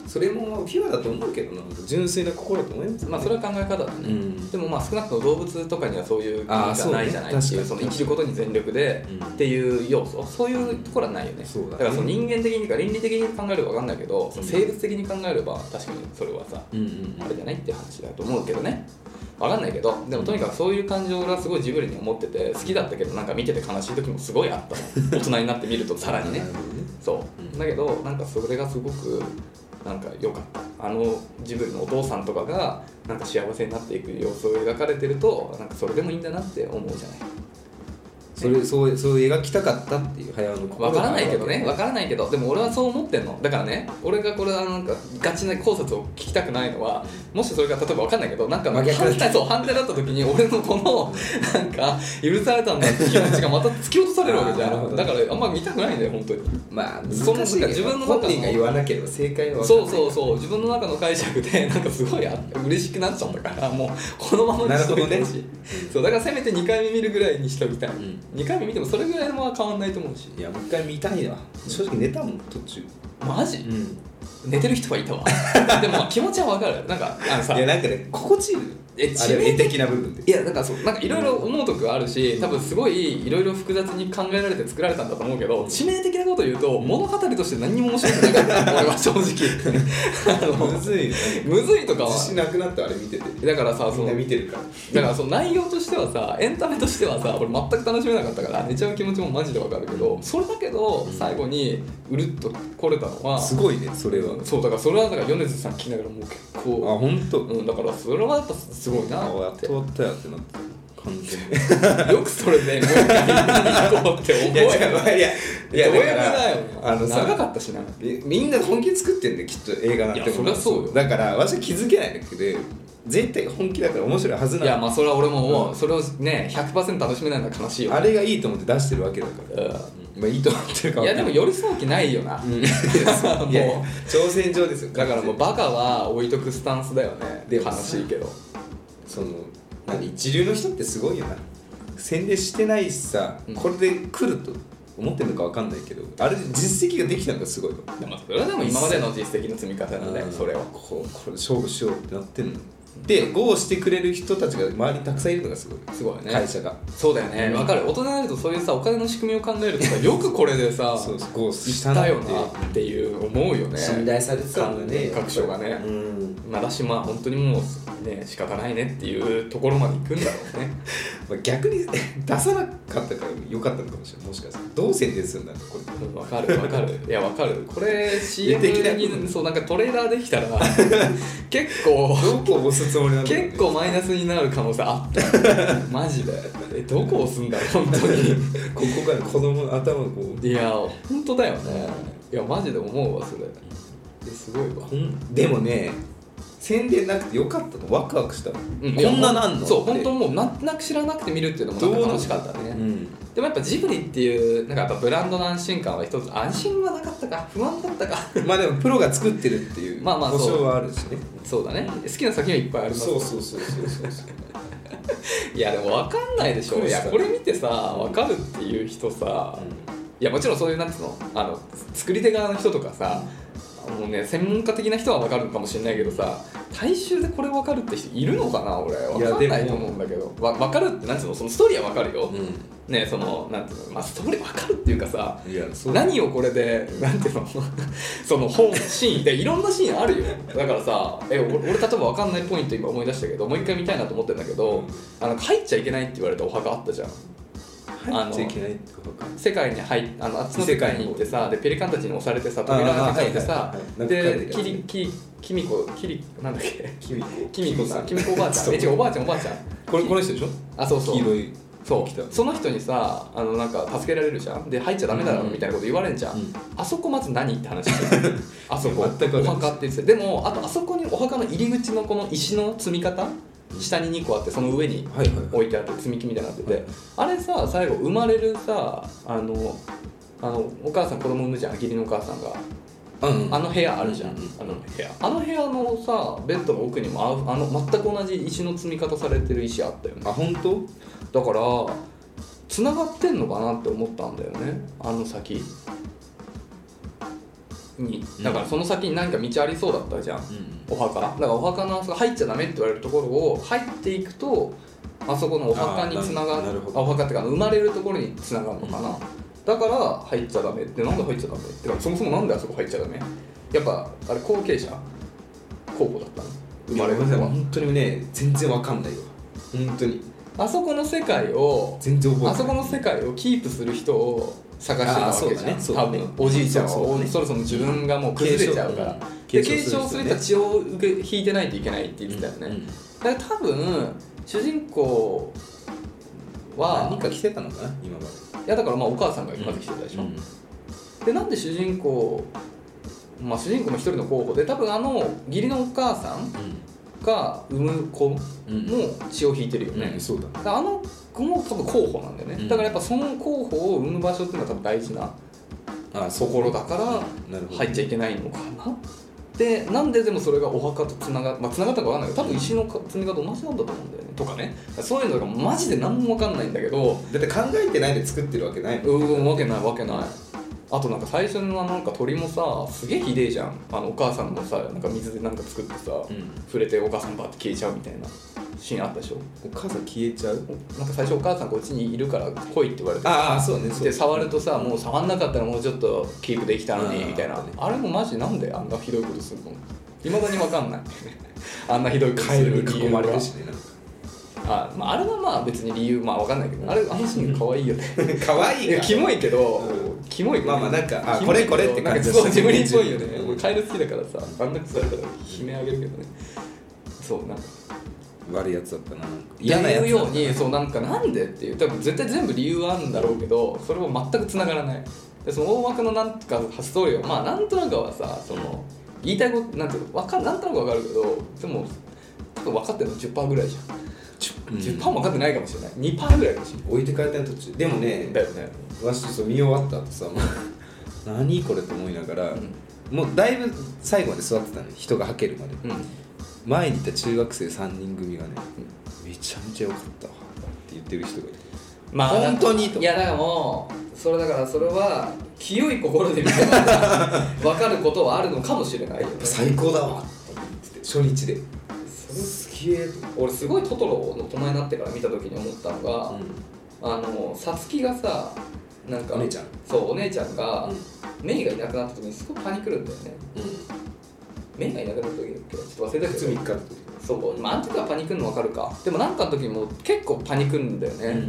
A: それもピュアだと思うけどな純粋な心だと思います
B: まあそれは考え方だね、
A: うん
B: でもまあ少なくとも動物とかにはそういう気
A: あー
B: がないじゃないっていう
A: そ
B: そう
A: ね確
B: の
A: かに
B: 生きることに全力で
A: うん
B: っていう要素そういうところはないよね
A: そうだね
B: からその人間的にか倫理的に考えれば分かんないけど
A: うん
B: 生物的に考えれば確かにそれはさ
A: うんうん
B: あれじゃないって話だと思うけどね分かんないけどでもとにかくそういう感情がすごいジブリに思ってて好きだったけどなんか見てて悲しい時もすごいあったの大人になってみるとさらにね
A: なるほどね
B: そう、
A: うん
B: だけどなんかそれがすごくなんか良かったあのジブリのお父さんとかがなんか幸せになっていく様子を描かれてるとなんかそれでもいいんだなって思うじゃない
A: それそうそう描きたかったっていう早尾の心
B: わ
A: が
B: からないけどねわからないけどでも俺はそう思ってんのだからね俺がこれはなんかガチな考察を聞きたくないのはもしそれが例えばわかんないけどなんか
A: 真逆だ
B: 反対そう反対だった時に俺のこのなんか許されたんだって気持ちがまた突き落とされるわけじゃ
A: あーなるほ
B: ん
A: ど
B: だからあんま見たくないんだよ本当に
A: まあ
B: その
A: 難しいけど
B: 自分の中の
A: 本人が言わなければ正解は分かん
B: そ
A: な
B: う
A: い
B: そうそう自分の中の解釈で なんかすごいあ嬉しくなっちゃったからもうこのままにしといてほしい、
A: なる
B: そうだからせめて2回目見るぐらいにしときたい、
A: ん
B: 2回目見てもそれぐらいのは変わんないと思うし
A: いやもう一回見たいわ正直寝たもん途中
B: マジ、寝てる人はいたわ でもまあ気持ちはわかるなんかあのさ
A: いやなんかね心地いいのよ
B: え
A: あれは絵
B: 致命的
A: 的な部分で
B: いやなんかそうなんかいろいろ思うとこあるし多分すごいいろいろ複雑に考えられて作られたんだと思うけど致命的なこと言うと物語として何にも面白くなかった俺は正 直あ
A: む
B: の
A: ずいよね
B: むずいとかは
A: 自信なくなったあれ見てて
B: だからさそ
A: みん
B: の
A: な見てるから
B: だからその内容としてはさエンタメとしてはさ俺全く楽しめなかったから寝ちゃう気持ちもマジでわかるけどそれだけど最後にうるっと来れたのは
A: すごいねそれは
B: そうだからそれはだから米津さん聞きながらもう結
A: あ
B: 構
A: 本当。
B: うんだからそれはやっぱすごいな
A: あや
B: っ
A: ってと終わったよってなって完全に
B: よくそれでもう一回見に行こうって思
A: いや違う
B: え
A: いやいや
B: どう
A: だ
B: や
A: から
B: だよ
A: あのさ
B: 長かったしな
A: みみんな本気で作ってんだよきっと映画なんて
B: いやそりゃそうよ
A: だから私は気づけないんだけど絶対本気だから面白いはず
B: い
A: な
B: や
A: の
B: まあそれは俺も思
A: うん
B: うそれをね100%楽しめないのは悲しいよ
A: あれがいいと思って出してるわけだから
B: う
A: まあいいと思ってるか
B: んい
A: わか
B: や
A: ん
B: で
A: な
B: も寄り添う気ないよな
A: いや
B: もう
A: 挑戦状ですよ
B: だからもう
A: 完
B: バカは置いとくスタンスだよね
A: で
B: で
A: も
B: 悲しいけど
A: 全にその何一流の人ってすごいよな宣伝してないしさ、
B: うん
A: これで来ると思ってるのかわかんないけどあれで実績ができたのがすごいよ
B: でもそれはでも今までの実績の積み重ね
A: う
B: で
A: ん
B: それは
A: こうこれで勝負しようってなってんのでゴーしてくれる人たちが周りにたくさんいるのがすごい
B: すごいね
A: 会社が
B: そうだよねわかる大人になるとそういうさお金の仕組みを考えるとさ よくこれでさ
A: そうそうゴーしたなっ
B: し
A: たて
B: よなっていう思うよね
A: 信頼されてたんだね
B: 各所がね
A: うん
B: まあだしまあ本当にもうね仕方ないねっていうところまで行くんだろうね
A: まあ、逆に 出さなかったから良かったのかもしれないもしかしたらどう宣伝するんだろうこれ
B: うんわかるわかるいやわかるこ れ CM
A: 的な
B: にそうなんかトレーラーでき たら結構
A: どこを押すつもりなんだろう、ね、
B: 結構マイナスになる可能性あ ったよマジでえどこ押すんだろう本当に
A: ここから子供の頭をこう
B: いや本当だよねいやマジで思うわそれえすごいわ
A: ほんでもね宣伝なくてよかったのワクワクしたの、
B: う
A: こんななんの
B: そう
A: って
B: 本当もうなんとなく知らなくて見るっていうのもなんか楽しかったね、
A: うん
B: でもやっぱジブリっていうなんかやっぱブランドの安心感は一つ安心はなかったか不安だったか
A: まあでもプロが作ってるっていう
B: まあまあ
A: 保
B: そう
A: 証はあるしね
B: そうだね好きな作品はいっぱいあります
A: そうそうそうそうそうそう
B: いやでも分かんないでしょ
A: びっく
B: い
A: りし
B: や
A: た
B: これ見てさ分かるっていう人さ、いやもちろんそういうなんつうのあの作り手側の人とかさもうね専門家的な人は分かるのかもしれないけどさ大衆でこれ分かるって人いるのかな俺
A: いや
B: 分かんない
A: で
B: と
A: も
B: 思うんだけどわ分かるってなんつうのそのストーリーは分かるよ、
A: う
B: ねそのなんつうのまあストーリー分かるっていうかさ
A: んいやそう
B: 何をこれでなんていうのその本シーンでいろんなシーンあるよだからさえ俺俺例えば分かんないポイント今思い出したけどもう一回見たいなと思ってんだけどあの入っちゃいけないって言われたお墓あったじゃん
A: 入っちゃいけないってことか
B: 世界に入っあのあっちの世界に行ってさでペリカンたちに押されてさ扉が開いてさ
A: あーはいはいはいはいなん
B: で
A: か書
B: キ
A: いてる
B: リ
A: や
B: キキミコキリなんだっけ
A: キミコ
B: キミコさんキミコおばあちゃん
A: そう
B: え違うおばあちゃんおばあちゃん
A: これこの人でしょ
B: あそうそう
A: 黄色い
B: そ
A: 来た
B: うその人にさあのなんか助けられるじゃんで入っちゃダメだろ
A: うん
B: みたいなこと言われんじゃん、
A: うん
B: あそこまず何って話して るあそこ
A: 全くわ
B: お
A: かんない
B: 墓って言ってたでもあとあそこにお墓の入り口のこの石の積み方下に2個あってその上に
A: はいはいはい
B: 置いてあって積み木みたいになっててあれさ最後生まれるさあのあのお母さん子供産むじゃん義理のお母さんが
A: うん
B: あの部屋あるじゃん、
A: うんうん
B: あの部屋あの部屋のさベッドの奥にもあうあの全く同じ石の積み方されてる石あったよね
A: あ本当
B: だから繋がってんのかなって思ったんだよねあの先にだからその先に何か道ありそうだったじゃんお墓だからお墓のその入っちゃダメって言われるところを入っていくとあそこのお墓につなが
A: あーなな
B: る
A: るほど
B: あお墓っていうか生まれるところにつながるのかな、だから入っちゃダメってなんで入っちゃダメってかそもそもなんであそこ入っちゃダメやっぱあれ後継者候補だったの生まれる
A: いやご
B: の
A: めんなさい
B: は
A: 本当にね全然わかんないよ本当に
B: あそこの世界を
A: 全然覚えてな
B: あ
A: い
B: そこの世界をキープする人を探してるわけじゃん、
A: あーそう
B: 多
A: だねそうだね
B: 分おじいちゃんは
A: そうそうだね
B: そろそろ自分がもう崩れちゃうからで
A: 継
B: 継
A: 承
B: 承
A: す
B: す
A: る人
B: る人は血を受け引いてないといけないって言ってたよね、
A: うんうん
B: だから多分主人公は
A: 何か着てたのかな今まで
B: いやだからまあお母さんがまず来てたでしょ、
A: うん
B: でなんで主人公まあ主人公の一人の候補で多分あの義理のお母さんが産む子も
A: うん
B: 血を引いてるよ
A: うん
B: ね、
A: そうだ
B: だからあの子も多分候補なんだよね、
A: うん
B: だからやっぱその候補を産む場所っていうのは多分大事な
A: あ
B: ところだから
A: なるほど
B: 入っちゃいけないのかなでなんででもそれがお墓とつなが,、まあ、つながったかわかんないけど多分石のか積み方同じなんだと思うんだよねとかねそういうのがマジで何もわかんないんだけど
A: だって考えてないで作ってるわけないもん
B: うんわけないわけないあとなんか最初のなんか鳥もさすげえひでえじゃんあのお母さんのさなんか水でなんか作ってさ、触れてお母さんバーって消えちゃうみたいなシーンあったでしょ
A: お母さん消えちゃう
B: なんか最初お母さんこっちにいるから来いって言われて
A: ああそうねそう
B: で触るとさもう触んなかったらもうちょっとキープできたのに
A: うん
B: みたいな
A: あったね
B: あれもマジなんであんなひどいことす るのいまだにわかんないあんなひどいことする理由が
A: ねなんか
B: あ,、まあ、あれはまあ別に理由まあわかんないけどあれあのシーン可愛いよ ね
A: 可愛い
B: いやキモいけど、
A: う
B: キモいけど
A: まあまあなんかあ
B: キモいけど
A: これこれって感じ
B: なんかそうジブリっぽいよね
A: うん
B: 俺カエル好きだからさあんなくされたら悲鳴あげるけどねそうなんか
A: 悪いやつだったな
B: 嫌
A: 嫌
B: な
A: なやつ
B: ようにそうなんかなんでっていう多分絶対全部理由はあるんだろうけどそれも全く繋がらないでその大枠のなんとかストーリーをまあなんとなくはさその言いたいことなんていうのわかなんとなくわかるけどでも多分分かってるの10%ぐらいじゃん、10%も分かってないかもしれない2%ぐらいかもしれ
A: 置いて帰った途中でもね
B: ないだよね
A: わしそう見終わった後さもう 何これと思いながら、もうだいぶ最後まで座ってたのよ人がはけるまで
B: うん
A: 前にいた中学生3人組がね、めちゃめちゃ良かったわって言ってる人がいて
B: まあ
A: 本当にと
B: いやだからもうそれだからそれは清い心で見たら分かることはあるのかもしれないよね
A: 最高だわって言ってて初日でそれすげえと
B: 俺すごいトトロの大人になってから見た時に思ったのが、あのさつきがさなんか
A: お姉ちゃん
B: そうお姉ちゃんが、
A: うん
B: メイがいなくなった時にすごいパニクるんだよねメイがいなくなった時だっけちょっと忘れたけ
A: 靴
B: ど
A: 3日って
B: そうまああの時はパニクるの分かるかでもなんかの時も結構パニクるんだよね、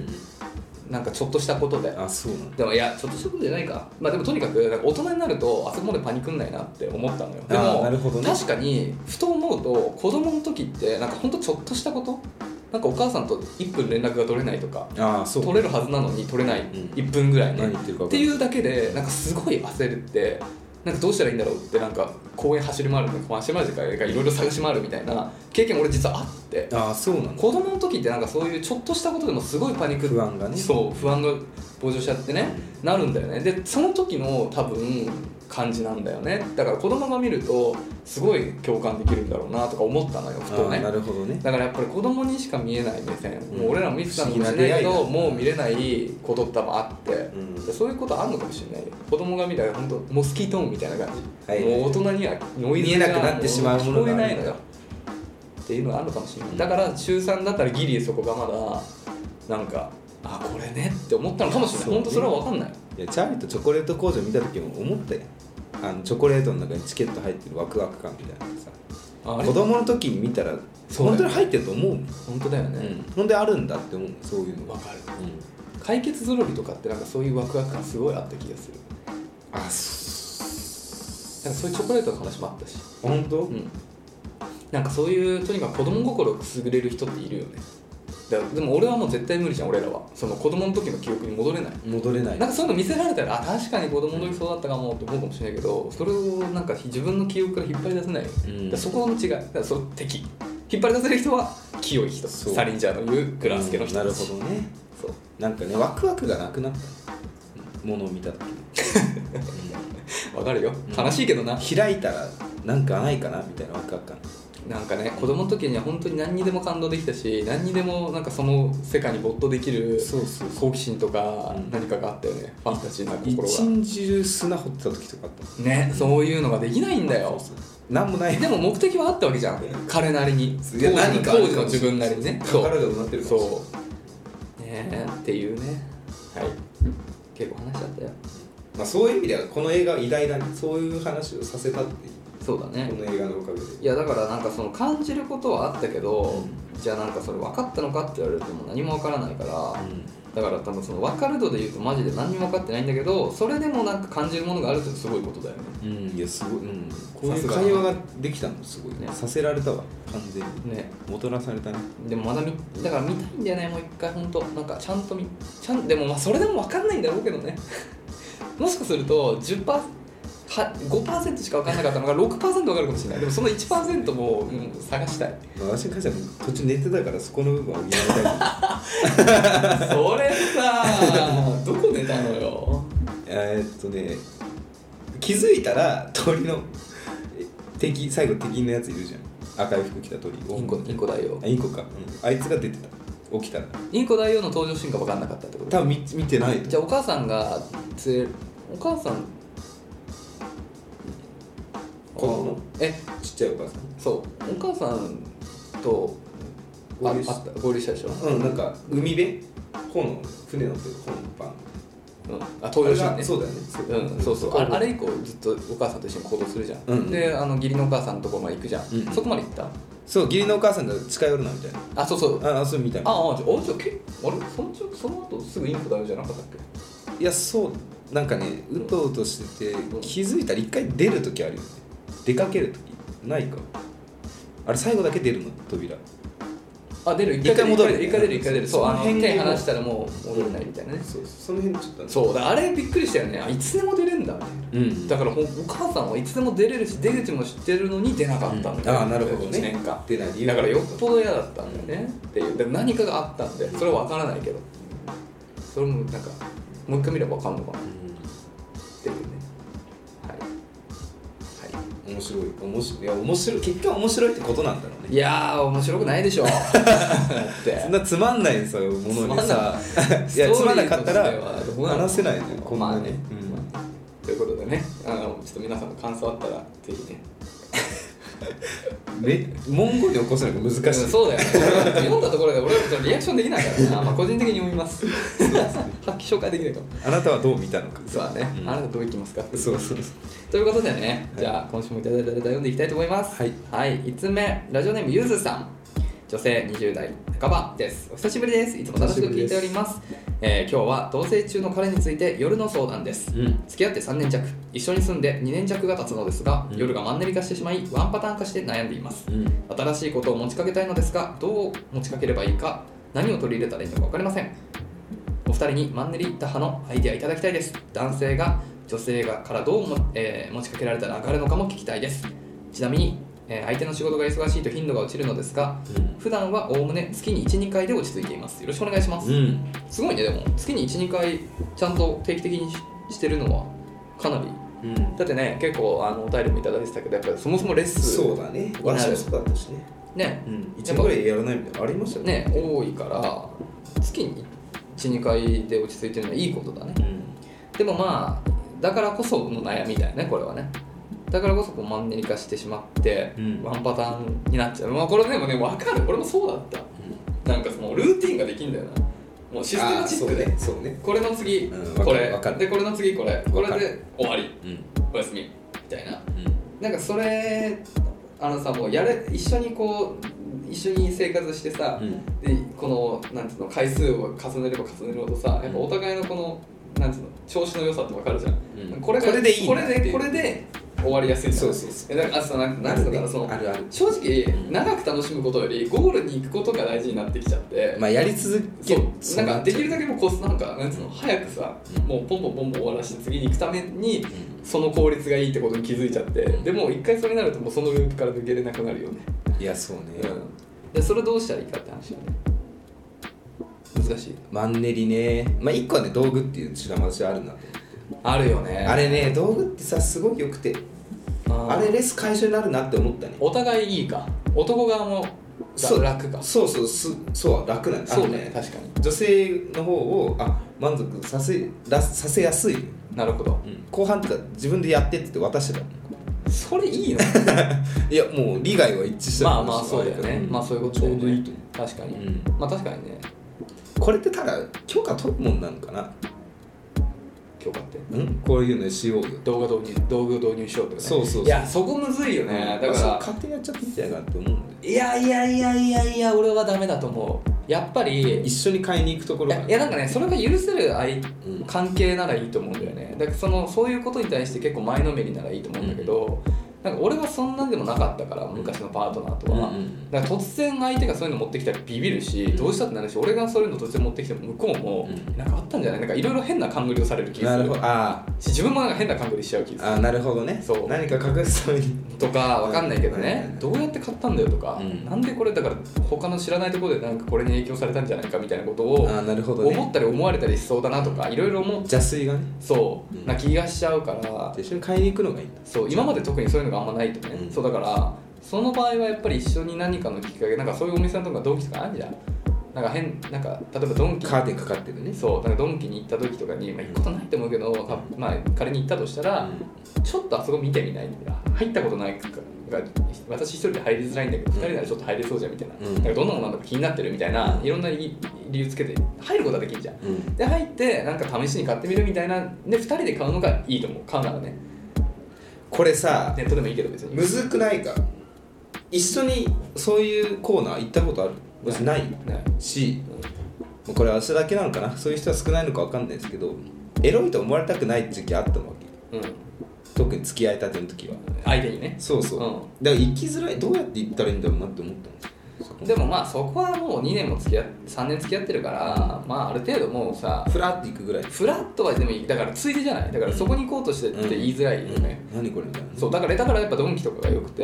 B: なんかちょっとしたことで
A: あそうなんだ
B: でもいやちょっとしたことじゃないかまあでもとにかくなんか大人になるとあそこまでパニクんないなって思ったのよで
A: あ
B: も
A: ーなるほどね
B: 確かにふと思うと子供の時ってなんかほんとちょっとしたことなんかお母さんと1分連絡が取れないとか
A: ああそう
B: 取れるはずなのに取れない
A: うん
B: 1分ぐらいね、
A: 何言ってるか
B: っ
A: 分
B: て
A: かん
B: い
A: な
B: うだけでなんかすごい焦るってなんかどうしたらいいんだろうってなんか公園走り回るのか走り回るというかいろいろ探し回るみたいな経験俺実はあって
A: ああそうなの
B: 子供の時ってなんかそういうちょっとしたことでもすごいパニック
A: 不安がね
B: そう不安が膨張しちゃってねなるんだよねでその時の多分感じなんだよねだから子供が見るとすごい共感できるんだろうなとか思ったのよふと
A: ああ
B: ね
A: なるほどね
B: だからやっぱり子供にしか見えない目線、
A: うん
B: もう俺らも見てたのかもしれな
A: 不
B: いけど
A: 思議な出会いだ
B: もう見れないことって多分あって、
A: ん
B: でそういうことあるのかもしれないよ子供が見たら本当モスキートーンみたいな感じ、
A: はい
B: もう大人にはノイズが
A: 見えなくなってしまうものが
B: 聞こえないのよっていうのがあるのかもしれない、だから中3だったらギリそこがまだなんかあこれねって思ったのかもしれない、
A: そうね
B: 本当それは分かんない
A: いやチャーリーとチョコレート工場見た時も思ったよあのチョコレートの中にチケット入ってるワクワク感みたいなのさ
B: ああれ
A: 子供の時に見たら
B: そう
A: 本当
B: だよ
A: に入ってると思うもん、
B: 本当だよね、
A: ほんであるんだって思うそういうの
B: わ
A: が、
B: かる
A: うん、
B: 解決ぞろりとかってなんかそういうワクワク感すごいあった気がする
A: あそ
B: なんかそういうチョコレートの話もあったし
A: 本当、
B: うん、なんかそういうとにかく子供心をくすぐれる人っているよねだでも俺はもう絶対無理じゃん俺らはその子供の時の記憶に戻れない
A: 戻れない
B: なんかそういうの見せられたらあ確かに子供の時そうだったかもって思うかもしれないけどそれをなんか自分の記憶から引っ張り出せない、
A: うん
B: だからそこの違いだからその敵引っ張り出せる人は清い人
A: そう
B: サリンジャーの言うグラスケの人
A: な
B: た
A: る
B: ち
A: ほどね
B: そう
A: なんかねワクワクがなくなった ものを見た時、
B: わかるよ
A: うん
B: 悲しいけどな、
A: 開いたらなんかないかなみたいなワクワク感
B: なんかね子供の時には本当に何にでも感動できたし何にでもなんかその世界に没頭できる
A: そうそうそう
B: 好奇心とか
A: うん
B: 何かがあったよね、ファンタジーな
A: 一
B: 心が
A: 日中砂掘ってた時とかあった
B: ねそういうのができないんだよ
A: なんもない
B: でも目的はあったわけじゃん彼なりに当
A: いや
B: 時の
A: 何かある
B: 当時の自分なりにね
A: そう宝が埋まってるかもしれない
B: そうねっていうねはい結構話しちゃったよ
A: まあ、そういう意味ではこの映画は偉大だねそういう話をさせたっていう
B: そうだね
A: この映画のおかげで
B: いやだからなんかその感じることはあったけど、じゃあなんかそれ分かったのかって言われるともう何も分からないから、だから多分その分かる度で言うとマジで何にも分かってないんだけどそれでもなんか感じるものがあるってすごいことだよね
A: うん、いやすごい、うん、こう
B: さ
A: い
B: す
A: う
B: が
A: 会話ができたのすごいね
B: ね
A: させられたわ完全に
B: ね
A: もたらされたね
B: でもまだ見だから見たいんだよねもう一回本当なんかちゃんと見ちゃんでもまあそれでも分かんないんだろうけどね もしかすると10パーは5%しか分かんなかったのが6%分かるかもしれないでもその1%も、うん、探したい
A: まあ私に関しては途中寝てたからそこの部分は補いたい
B: それさどこ寝たのよ
A: えーっとね気づいたら鳥のえ敵最後敵のやついるじゃん赤い服着た鳥
B: インコインコ大王
A: あインコか、うんあいつが出てた起きたら
B: インコ大王の登場シーンが分かんなかったってこと
A: 多分見見てないと
B: じゃあお母さんが連れお母さん
A: 子供
B: え
A: ちっちゃいお母さん
B: そうお母さんとあ
A: 合流し
B: あった合流したでしょ、
A: うん、なんか海辺炎船乗ってる炎パン
B: うん、あ登場シーン
A: あれ
B: ね
A: がそうだよねそう,、
B: うん、そうそうああれ以降ずっとお母さんと一緒に行動するじゃん、
A: うんうん
B: であの義理のお母さんのところまで行くじゃん、
A: うんうん
B: そこまで行った
A: そう義理のお母さんが近寄るなみたいな
B: あそうそうあ
A: ああそうみたいな
B: あじゃああじゃあけあれそのちょその後すぐインコだよじゃなかったっけ
A: いやそうなんかねうとうとしてて
B: うん
A: 気づいたら一回出る時あるよね出かける時ないかあれ最後だけ出るの扉
B: あ出る一
A: 一回
B: 回
A: 戻
B: 戻
A: る
B: る一回出る一回出るそうあの
A: その辺
B: 手
A: に
B: 離したらもう戻れないみたいなね
A: そうその辺ちょっと
B: そうだあれびっくりしたよねあいつでも出れんだみたい
A: う
B: な
A: ん
B: だからほんお母さんはいつでも出れるし出口も知ってるのに出なかったんだよ、
A: うんあーなるほどね
B: 1年間
A: 出ない理由
B: だからよっぽど嫌だったんだよねっていうでも何かがあったんでそれは分からないけどそれもなんかもう一回見れば分かんのかなっていうねはい、は
A: うん面白い面白いいや面白い結果面白いってことなんだろう
B: い、
A: ね
B: いやー面白くないでしょだって
A: そんなつまんないそういうものにさいやつ
B: つま
A: ま
B: ん
A: ん
B: ない
A: なかったら
B: ストーリーとしてはどうなの
A: 話せないねこん
B: ま
A: な
B: あ
A: ね
B: ね、
A: うん
B: ということでねあのちょっと皆さんも感想あったらぜひね
A: め文言で起こすのが難しい、
B: うんそうだよ、ね、読んだところで俺はちょっとリアクションできないからな、まあ、個人的に読みます発揮紹介できないかも
A: あなたはどう見たのか
B: そうだね、
A: うん
B: あなたどういきますか
A: そうそうそう
B: ということでね、
A: はい
B: じゃあ今週もいただいたレター読んでいきたいと思います
A: はい、
B: 5つ目ラジオネームゆずさん女性20代半ばですお久しぶりですいつも楽しく聞いておりますえー今日は同棲中の彼について夜の相談です、
A: うん
B: 付き合って3年弱一緒に住んで2年弱が経つのですが、
A: うん
B: 夜がマンネリ化してしまいワンパターン化して悩んでいます
A: うん
B: 新しいことを持ちかけたいのですがどう持ちかければいいか何を取り入れたらいいのか分かりませんお二人にマンネリ打破のアイデアいただきたいです男性が女性がからどうも、えー持ちかけられたら上がるのかも聞きたいですちなみに、えー相手の仕事が忙しいと頻度が落ちるのですが普段はおおむね月に12回で落ち着いていますよろしくお願いします、
A: うん
B: すごいねでも月に12回ちゃんと定期的にししてるのはかなり
A: うん
B: だってね結構あのお便りもいただいてたけどやっぱりそもそもレッス
A: そ
B: ン
A: うだね私もそうだったしね
B: ね
A: うん1年ぐらいやらないみたいなのありましたよ
B: ね多いから月に12回で落ち着いてるのはいいことだね
A: うん
B: でもまあだからこその悩みだよねこれはねだからこそこうマンネリ化してしまって、
A: うん
B: ワンパターンになっちゃうまあこれでもね分かるこれもそうだったなんかそのルーティンができんだよなもうシステマチックで、
A: あーそうねそうね
B: これの次、
A: うん
B: これ
A: わかるわかる
B: でこれの次これこれ
A: わか
B: で
A: る
B: 終わり
A: うん
B: おやすみみたいななんかそれあのさもうやれ一緒にこう一緒に生活してさ、
A: うん
B: でこのなんていうの回数を重ねれば重ねるほどさやっぱお互いのこのなんていうの調子の良さって分かるじゃん、
A: うん
B: これが
A: これでいい
B: こ
A: んだっ
B: れ
A: て
B: でこれで終わりやすいじゃん
A: そうそうそ
B: えだからあそのなんなんていうのかなその
A: あるある
B: 正直
A: うん
B: 長く楽しむことよりゴールに行くことが大事になってきちゃって、
A: まあやり続け
B: そうなんかできるだけもうこうなんかなんつうの
A: うん
B: 早くさ、
A: うん
B: もうポンポンポンポン終わらして次に行くために
A: け
B: その効率がいいってことに気づいちゃって
A: うん
B: でも一回それになるともうそのループから抜けれなくなるよね、
A: いやそうね
B: うん、でそれどうしたらいいかって話だね難しい
A: マンネリねまあ一個はね道具っていう手段も私はあるな
B: あるよね
A: あれね道具ってさすごくよくて
B: うん
A: あれレス解消になるなって思ったね
B: お互いいいか男側も
A: そう
B: 楽か
A: そうそうすそう楽なん
B: そう
A: あの
B: ね確かに
A: 女性の方をあ満足させらさせやすい、
B: なるほど
A: 後半って自分でやってって言って渡してた
B: それいいの
A: いやもう利害は一致した
B: まあまあそうだよねまあそういうことだよ
A: ち
B: ね
A: ょうどいいと思
B: 確かに、
A: うん
B: まあ確かにね
A: うこれってただ許可取るもんなのかな
B: 許可って
A: うんこういうのしようよ
B: 動画導入道具導入しようとか、ね、
A: そうそうそう
B: いやそこむずいよね
A: ま
B: だ
A: あ
B: か
A: それ
B: ら
A: 勝手にやっちゃっていいんじゃないかなって思うんだよ
B: いやいやいやいやいや俺はダメだと思うやっぱり
A: 一緒に買いに行くとこ
B: い
A: ろ
B: や
A: が
B: いやなんかねそれが許せる相
A: うん
B: 関係ならいいと思うんだよねだからそのそういうことに対して結構前のめりならいいと思うんだけど、なんか俺はそんなでもなかったから昔のパートナーとは、
A: うんうん
B: だから突然相手がそういうの持ってきたらビビるし、どうしたってなるし俺がそういうの突然持ってきても向こうも、
A: うん
B: なんかあったんじゃないなんかいろいろ変な勘繰りをされる気が
A: な
B: す
A: る
B: る
A: ほどあ
B: し自分もなんか変な勘繰りしちゃう気
A: ー
B: がする
A: あーなるほどね
B: そう
A: 何か隠すために
B: とかわかんないけどね、
A: うん
B: どうやって買ったんだよとか、
A: うん
B: なんでこれだから他の知らないところでなんかこれに影響されたんじゃないかみたいなことを
A: あーなるほどね
B: 思ったり思われたりしそうだなとかいろいろ思っ
A: 邪推がね
B: そう、
A: うん
B: な気がしちゃうから
A: 一緒に買いに行くのがいいんだ
B: そう今まで特にそういうのがあんまないとね、
A: うん
B: そうだからその場合はやっぱり一緒に何かのきっかけなんかそういうお店さんとか同期とかあるじゃんなんか変なんか例えばドンキ
A: カーテンかかってるね
B: そうなんかドンキに行った時とかに、まあ、行くことないと思うけど、かまあ、仮に行ったとしたら、ちょっとあそこ見てみない入ったことないから私一人で入りづらいんだけど、
A: うん
B: 二人ならちょっと入れそうじゃんみたいな,、
A: うん
B: なんかどんなものなのか気になってるみたいな、いろんな理理由つけて入ることはできるじゃん
A: うん、うん
B: で入ってなんか試しに買ってみるみたいなで2人で買うのがいいと思う買うならね
A: これさ
B: ネットでもいいけど別に
A: むずくないか一緒にそういうコーナー行ったことある私ない
B: ね
A: しもうこれ私だけなのかなそういう人は少ないのか分かんないですけどエロいと思われたくない時期あったわけ
B: うん
A: 特に付き合いたての時は
B: 相手にね
A: そうそう、
B: うん
A: だから行きづらいどうやって行ったらいいんだろうなって思ったんですよ
B: でもまあそこはもう2年も付き合って3年付き合ってるからまあある程度もうさ
A: ふらっと行くぐらい
B: フラットはでもいいだからついでじゃないだからそこに行こうとしてって言いづらいよね、
A: うん何これみたいな
B: そうだからだからやっぱドンキとかがよくて、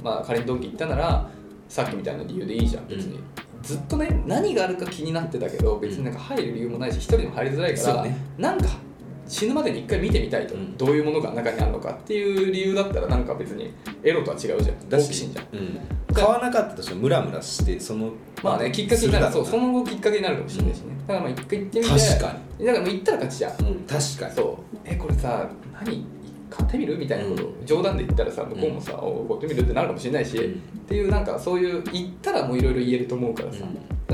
A: う
B: まあ仮にドンキ行ったならさっきみたいな理由でいいじゃん別に、
A: うん
B: ずっとね何があるか気になってたけど別になんか入る理由もないし一人でも入りづらいから、
A: そうね
B: なんか死ぬまでに一回見てみたいと、
A: うん
B: どういうものが中にあるのかっていう理由だったらなんか別にエロとは違うじゃん好
A: だし
B: 奇心じゃん
A: うん、買わなかったとしてもムラムラしてその
B: まあねきっかけになる
A: すだろ
B: そううその後きっかけになるかもしれないしね、だからまあ一回行ってみて
A: 確か
B: だからもう行ったら勝ちじゃん
A: に、うん、確かに
B: そうえこれさ何買ってみるみたいなこと、
A: う
B: 冗談で言ったらさ向こうもさ、お買ってみるってなるかもしれないし、
A: うん
B: っていうなんかそういう言ったらもういろいろ言えると思うからさ、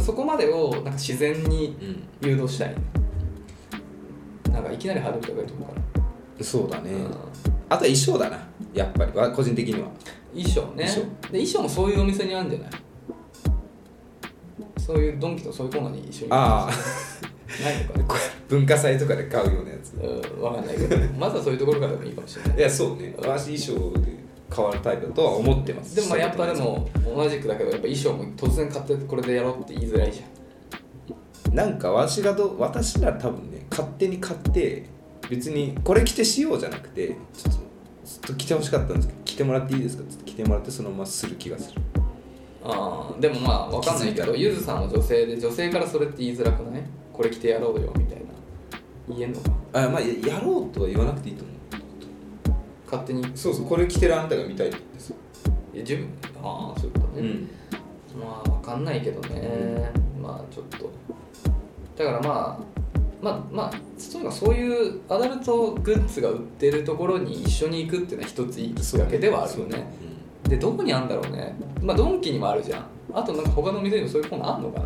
B: そこまでをなんか自然に
A: う
B: 誘導したい、なんかいきなりハードル高いと思うから、
A: ん、そうだね、
B: うん
A: あとは衣装だなやっぱりわ個人的には
B: 衣装
A: 衣
B: ね
A: 装
B: で衣装もそういうお店にあるんじゃないそういうドンキとそういうコーナーに一緒にない
A: ああ
B: のかね
A: これ文化祭とかで買うようなやつ
B: うん、わかんないけど まずはそういうところからでもいいかもしれない
A: いやそうね私衣装で変わるタイプだとは思ってます
B: でもまあやっぱでも同じくだけどやっぱ衣装も突然買ってこれでやろうって言いづらいじゃん
A: なんか私がどう私なら多分ね勝手に買って別にこれ着てしようじゃなくてちょっとずっと着てほしかったんですけど着てもらっていいですかって着てもらってそのままする気がする
B: あーでもまあわかんないけ
A: 気づ
B: ど
A: いた
B: ゆずさんは女性で女性からそれって言いづらくないこれ着てやろうよみたいな言えんのか
A: あまあややろうとは言わなくていいと思う
B: 勝手に
A: そうそうこれ着てるあなたが見たいって言うんですよ
B: え自分ああそういうことね、まあわかんないけどねまあちょっとだからまあまあまあとにかくそういうアダルトグッズが売ってるところに一緒に行くっていうのは一ついいきっかけではあるよねでどこにあるんだろうねまあドンキにもあるじゃんあとなんか他の店にもそういうコーナーあんのか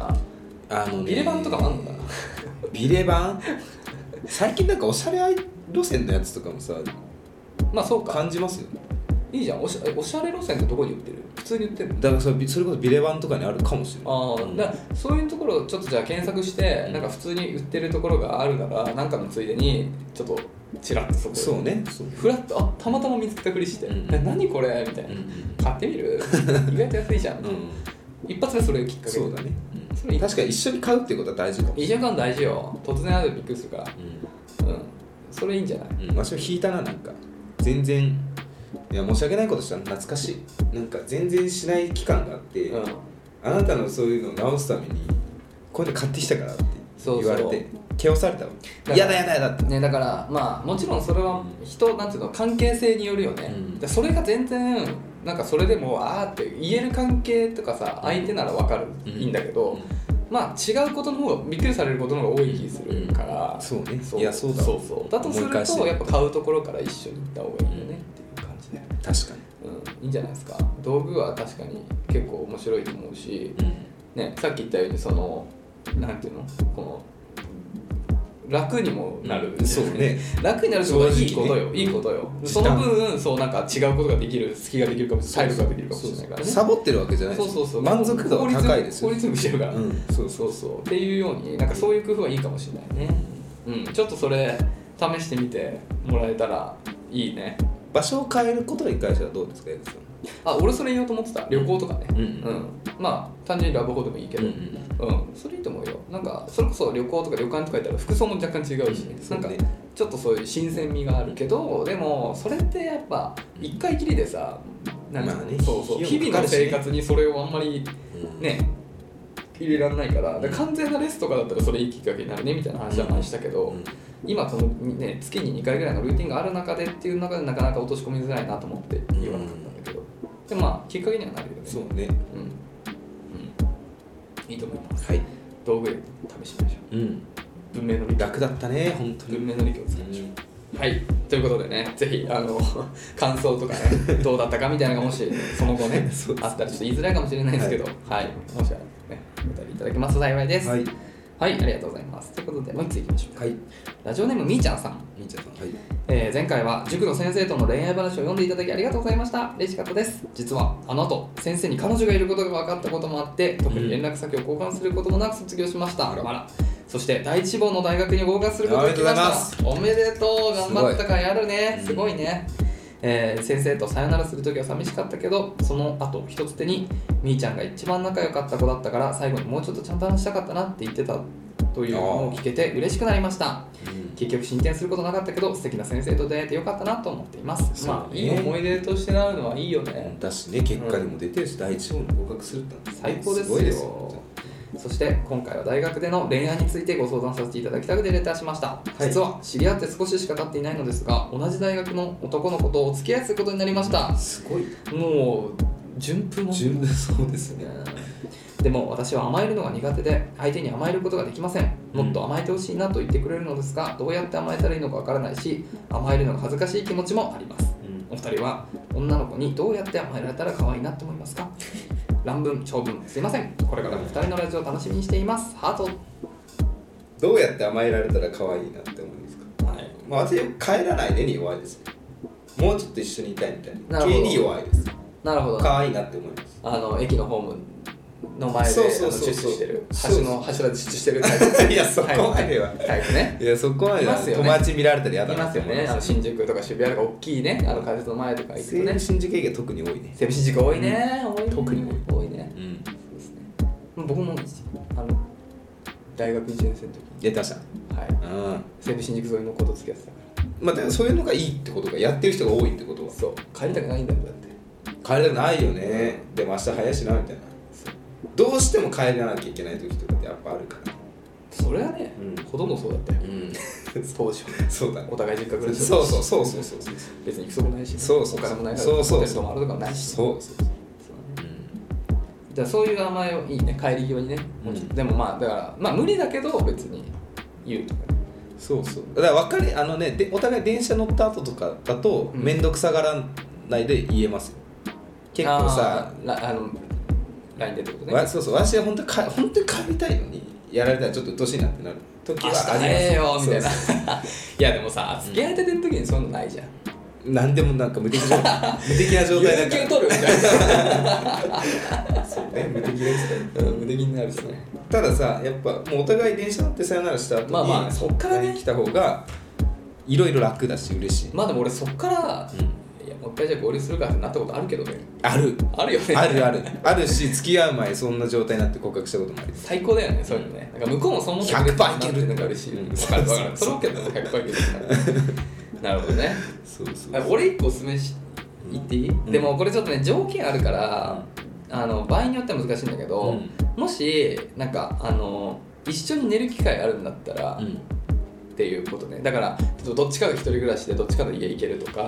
B: な
A: あのね
B: ビレバンとかもあんのかな
A: ビレバン最近なんかおしゃれ路線のやつとかもさ
B: まあそうか
A: 感じますよね
B: いいじゃんおしゃおしゃれ路線ってどこに売ってる普通に売ってる
A: だからそれそれこそビレバンとかにあるかもしれない
B: ああ、
A: うん
B: だからそういうところをちょっとじゃあ検索して、
A: うん
B: なんか普通に売ってるところがあるならなんかのついでにちょっとチラッとそこ
A: そうねそう
B: フラッとあたまたま見つけたふりして「
A: うん
B: え何これ?」みたいな
A: うん
B: 「買ってみ る? 」意外と安いじゃん、
A: うん
B: 一発目それをきっかけ
A: そうだね、
B: それいい
A: 確かに一緒に買うってことは大事かも
B: 1週間大事よ突然あるとびっくりするからうんそれいいんじゃない
A: うん、うん、私も引いたななんか全然いや申し訳ないことしたな懐かしいなんか全然しない期間があって、
B: うん
A: あなたのそういうのを直すためにこういうの買ってきたからって言われ
B: そうそう
A: て蹴押されたわ
B: から
A: 嫌だ嫌だ嫌だって
B: ね、だからまあもちろんそれは人なんていうの関係性によるよね、
A: うん
B: でそれが全然なんかそれでもあーって言える関係とかさ相手なら分かる、
A: うん
B: いいんだけど、まあ違うことの方がびっくりされることの方が多い気するから、
A: そうねいやそうだわ
B: そうそうだとする
A: 思い返して
B: とやっぱ買うところから一緒に行った方がいいよねっていう感じで、
A: 確か
B: うん、いいんじゃないですか道具は確かに結構面白いと思うし、
A: に、
B: ね、さっき言ったようにそのなんていうのこの楽にもなる、
A: そうね
B: 楽になるってことはいいこ
A: 正直
B: とよ、
A: ね
B: いいことよ
A: うん
B: その分そうなんか違うことができる隙ができるかもしれない体力ができるかもしれないからね
A: サボってるわけじゃない
B: そうそうそう
A: 満足度は高いですよ
B: 効率効率よくしてるから、
A: うん
B: そうそうそうっていうようになんかそういう工夫はいいかもしれないねうんちょっとそれ試してみてもらえたらいいね
A: 場所を変えることに関してはどうですかエルさん
B: あ俺それ言おうと思ってた旅行とかね
A: うん
B: まあ単純にラブホでもいいけど、うん、それいいと思うよなんかそれこそ旅行とか旅館とか行ったら服装も若干違うし、
A: うん
B: なんか
A: そうね
B: ちょっとそういう新鮮味があるけどでもそれってやっぱ一回きりでさなんか
A: まあね
B: そうそう日
A: 費用もかかる
B: 々の
A: しね
B: 生活にそれをあんまり
A: うん
B: ね入れられないからで完全なレスとかだったらそれいいきっかけになるねみたいな話は前したけど、
A: うん
B: 今その、ね、月に2回ぐらいのルーティンがある中でっていう中でなかなか落とし込みづらいなと思って言わなかったんだけど、でもまあきっかけにはなるよね
A: そうね
B: うん、うん、いいと思います
A: はい
B: 道具で試してみましょ
A: うん
B: う文明の利器
A: 楽だったね本当に
B: 文明の利器を使いましょうはいということでねぜひあの 感想とかねどうだったかみたいなのがもしその後ね
A: そうです
B: あったらちょっと言いづらいかもしれないですけどはい、もしあればねお便りいただけますと幸いです
A: はい、
B: はい、ありがとうございますということでもう一ついきましょうか
A: はい
B: ラジオネームみーちゃんさん
A: みーちゃんさんはい
B: えー前回は塾の先生との恋愛話を読んでいただきありがとうございました嬉しかったです実はあの後先生に彼女がいることが分かったこともあって特に連絡先を交換することもなく卒業しました、
A: あら
B: あらそして第一志望の大学に合格することができま
A: ありがとう
B: したおめでとう頑張ったからやるねす
A: す
B: ご
A: ごい
B: いね、えー先生とさよならする時は寂しかったけどその後一つ手にみーちゃんが一番仲良かった子だったから最後にもうちょっとちゃんと話したかったなって言ってたというのを聞けて嬉しくなりました結局進展することなかったけど素敵な先生と出会えてよかったなと思っています、
A: そうね
B: まあいい思い出としてなるのはいいよね
A: だしね結果でも出てるし、第一志望に合格するって
B: 最高です
A: ご
B: よ
A: いですよ
B: そして今回は大学での恋愛についてご相談させていただきたくてレターしました、
A: い
B: 実は知り合って少ししか経っていないのですが同じ大学の男の子とお付き合いすることになりました
A: すごい
B: もう順風も
A: 分そうですね
B: でも私は甘えるのが苦手で相手に甘えることができませんもっと甘えてほしいなと言ってくれるのですがどうやって甘えたらいいのかわからないし甘えるのが恥ずかしい気持ちもあります
A: うん
B: お二人は女の子にどうやって甘えられたら可愛いなって思いますか乱文長文すいませんこれからも二人のラジオ楽しみにしていますハート
A: どうやって甘えられたら可愛いなって思うんですか
B: はい
A: まあ私は帰らないねに弱いですねもうちょっと一緒にいたいみたい
B: な
A: な
B: るほど
A: 系に弱いです
B: なるほど
A: 可愛いなって思います
B: あの駅のホームの前で
A: そうそう
B: あの
A: そう
B: チュッチュしてる
A: そう
B: 橋の柱でチュッチュしてるタイプ
A: いやそこまでは
B: タイプね
A: いやそこま
B: では友
A: 友達見られたら嫌だ
B: いますよねあの新宿とか渋谷とか大きいねあの改札の前とか行くとね
A: 新宿駅が特に多いね
B: セブ新宿多いね、多いね
A: 特に
B: 多いね
A: うん
B: そうですね僕もあの大学1年生の時
A: 出たした
B: はい
A: うん
B: 西武新宿沿いの子と付き合ってたから
A: まあでもそういうのがいいってことがやってる人が多いってことは
B: そう帰りたくないんだよだって
A: 帰れないよねでも明日早いしなみたいなどうしても帰らなきゃいけない時とかってやっぱあるから
B: それはね、
A: うん
B: ほとんどそうだったよ
A: うん
B: 当初
A: そうだね
B: お互い実家暮らしだっ
A: そう
B: たし
A: そうそうそうそうそう
B: 別に行くとこないし、
A: そうそう
B: お金もないから
A: そうそう
B: ホテル泊まるとかもないし
A: そうそう
B: そうだねじゃあそういう甘えをいいね帰り際にね、
A: うん
B: でもまあだからまあ無理だけど別に言うとかね
A: そうそうだから分かりあのねでお互い電車乗った後とかだと
B: うん
A: 面倒くさがらないで言えますよ結構さ
B: あーらあの LINE でってことね
A: わそうそう私は本当にか本当に帰りたいのにやられたらちょっと年になってなる時
B: 明
A: はあります
B: 日早えよみたいな
A: そう
B: いやでもさ付き合いたての時にそういうのないじゃん
A: そう何でもなんか無敵じゃん無敵な状態だ
B: 有
A: か
B: 給
A: ら
B: 取るみたい
A: そうね無敵ですね
B: なうん無敵になるしね
A: たださやっぱもうお互い電車乗ってさよならした後に
B: まあまあそっからね
A: 来た方がいろいろ楽だし嬉しい、
B: まあでも俺そっから、いやもう一回じゃあ合流するかってなったことあるけどね
A: ある
B: あるよね
A: あるあるあるし付き合う前そんな状態になって告白したこともあります
B: 最高だよねそういうのねなんか向こうもそう思ってくれ
A: 100%
B: て
A: いける
B: なんか嬉しい
A: うん
B: 分かる分かるそれ OK だね100%いけるからなるほどね
A: そうそ
B: 俺一個おすすめし言っていい、
A: ん
B: でもこれちょっとね条件あるから、あの場合によっては難しいんだけど、
A: うん
B: もしなんかあの一緒に寝る機会あるんだったら、
A: うん
B: っていうことねだからちょっとどっちかが一人暮らしでどっちかの家行けるとか、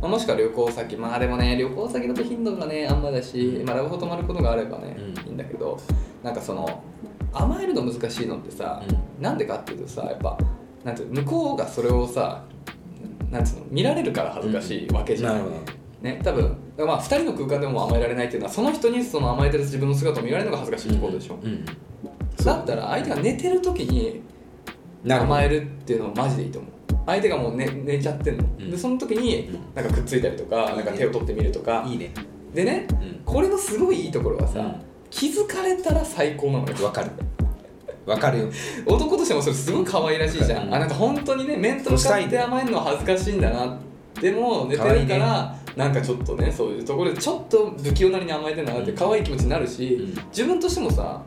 B: まあ、もしくは旅行先まあでもね旅行先だと頻度がねあんまだし、まあ、ラブホ泊まることがあればね、
A: うん
B: いいんだけどなんかその甘えるの難しいのってさ、なんでかっていうとさやっぱなんていうの向こうがそれをさなんつうの見られるから恥ずかしいわけじゃ
A: な
B: ない、
A: るほど
B: ね、多分まあ2人の空間でも甘えられないっていうのはその人にその甘えてる自分の姿を見られるのが恥ずかしいってことでしょ、
A: うん
B: だったら相手が寝てる時に
A: なるほど
B: 甘えるっていうのはマジでいいと思う相手がもう寝寝ちゃってんの、
A: うん
B: でその時に
A: うん
B: なんかくっついたりとか,、
A: いい
B: な
A: ね
B: んか手を取ってみるとか
A: いいね
B: でね
A: うん
B: これのすごいいいところはさ、
A: うん
B: 気づかれたら最高なのよ
A: わかるわかるよ
B: 男としてもそれすごい可愛らしいじゃん、
A: うん
B: あなんか本当にね面と向かって甘えるのは恥ずかしいんだなでも寝てるか
A: 可
B: らなんかちょっとねそういうところでちょっと不器用なりに甘えてるなって可愛い気持ちになるし、
A: うん
B: 自分としてもさ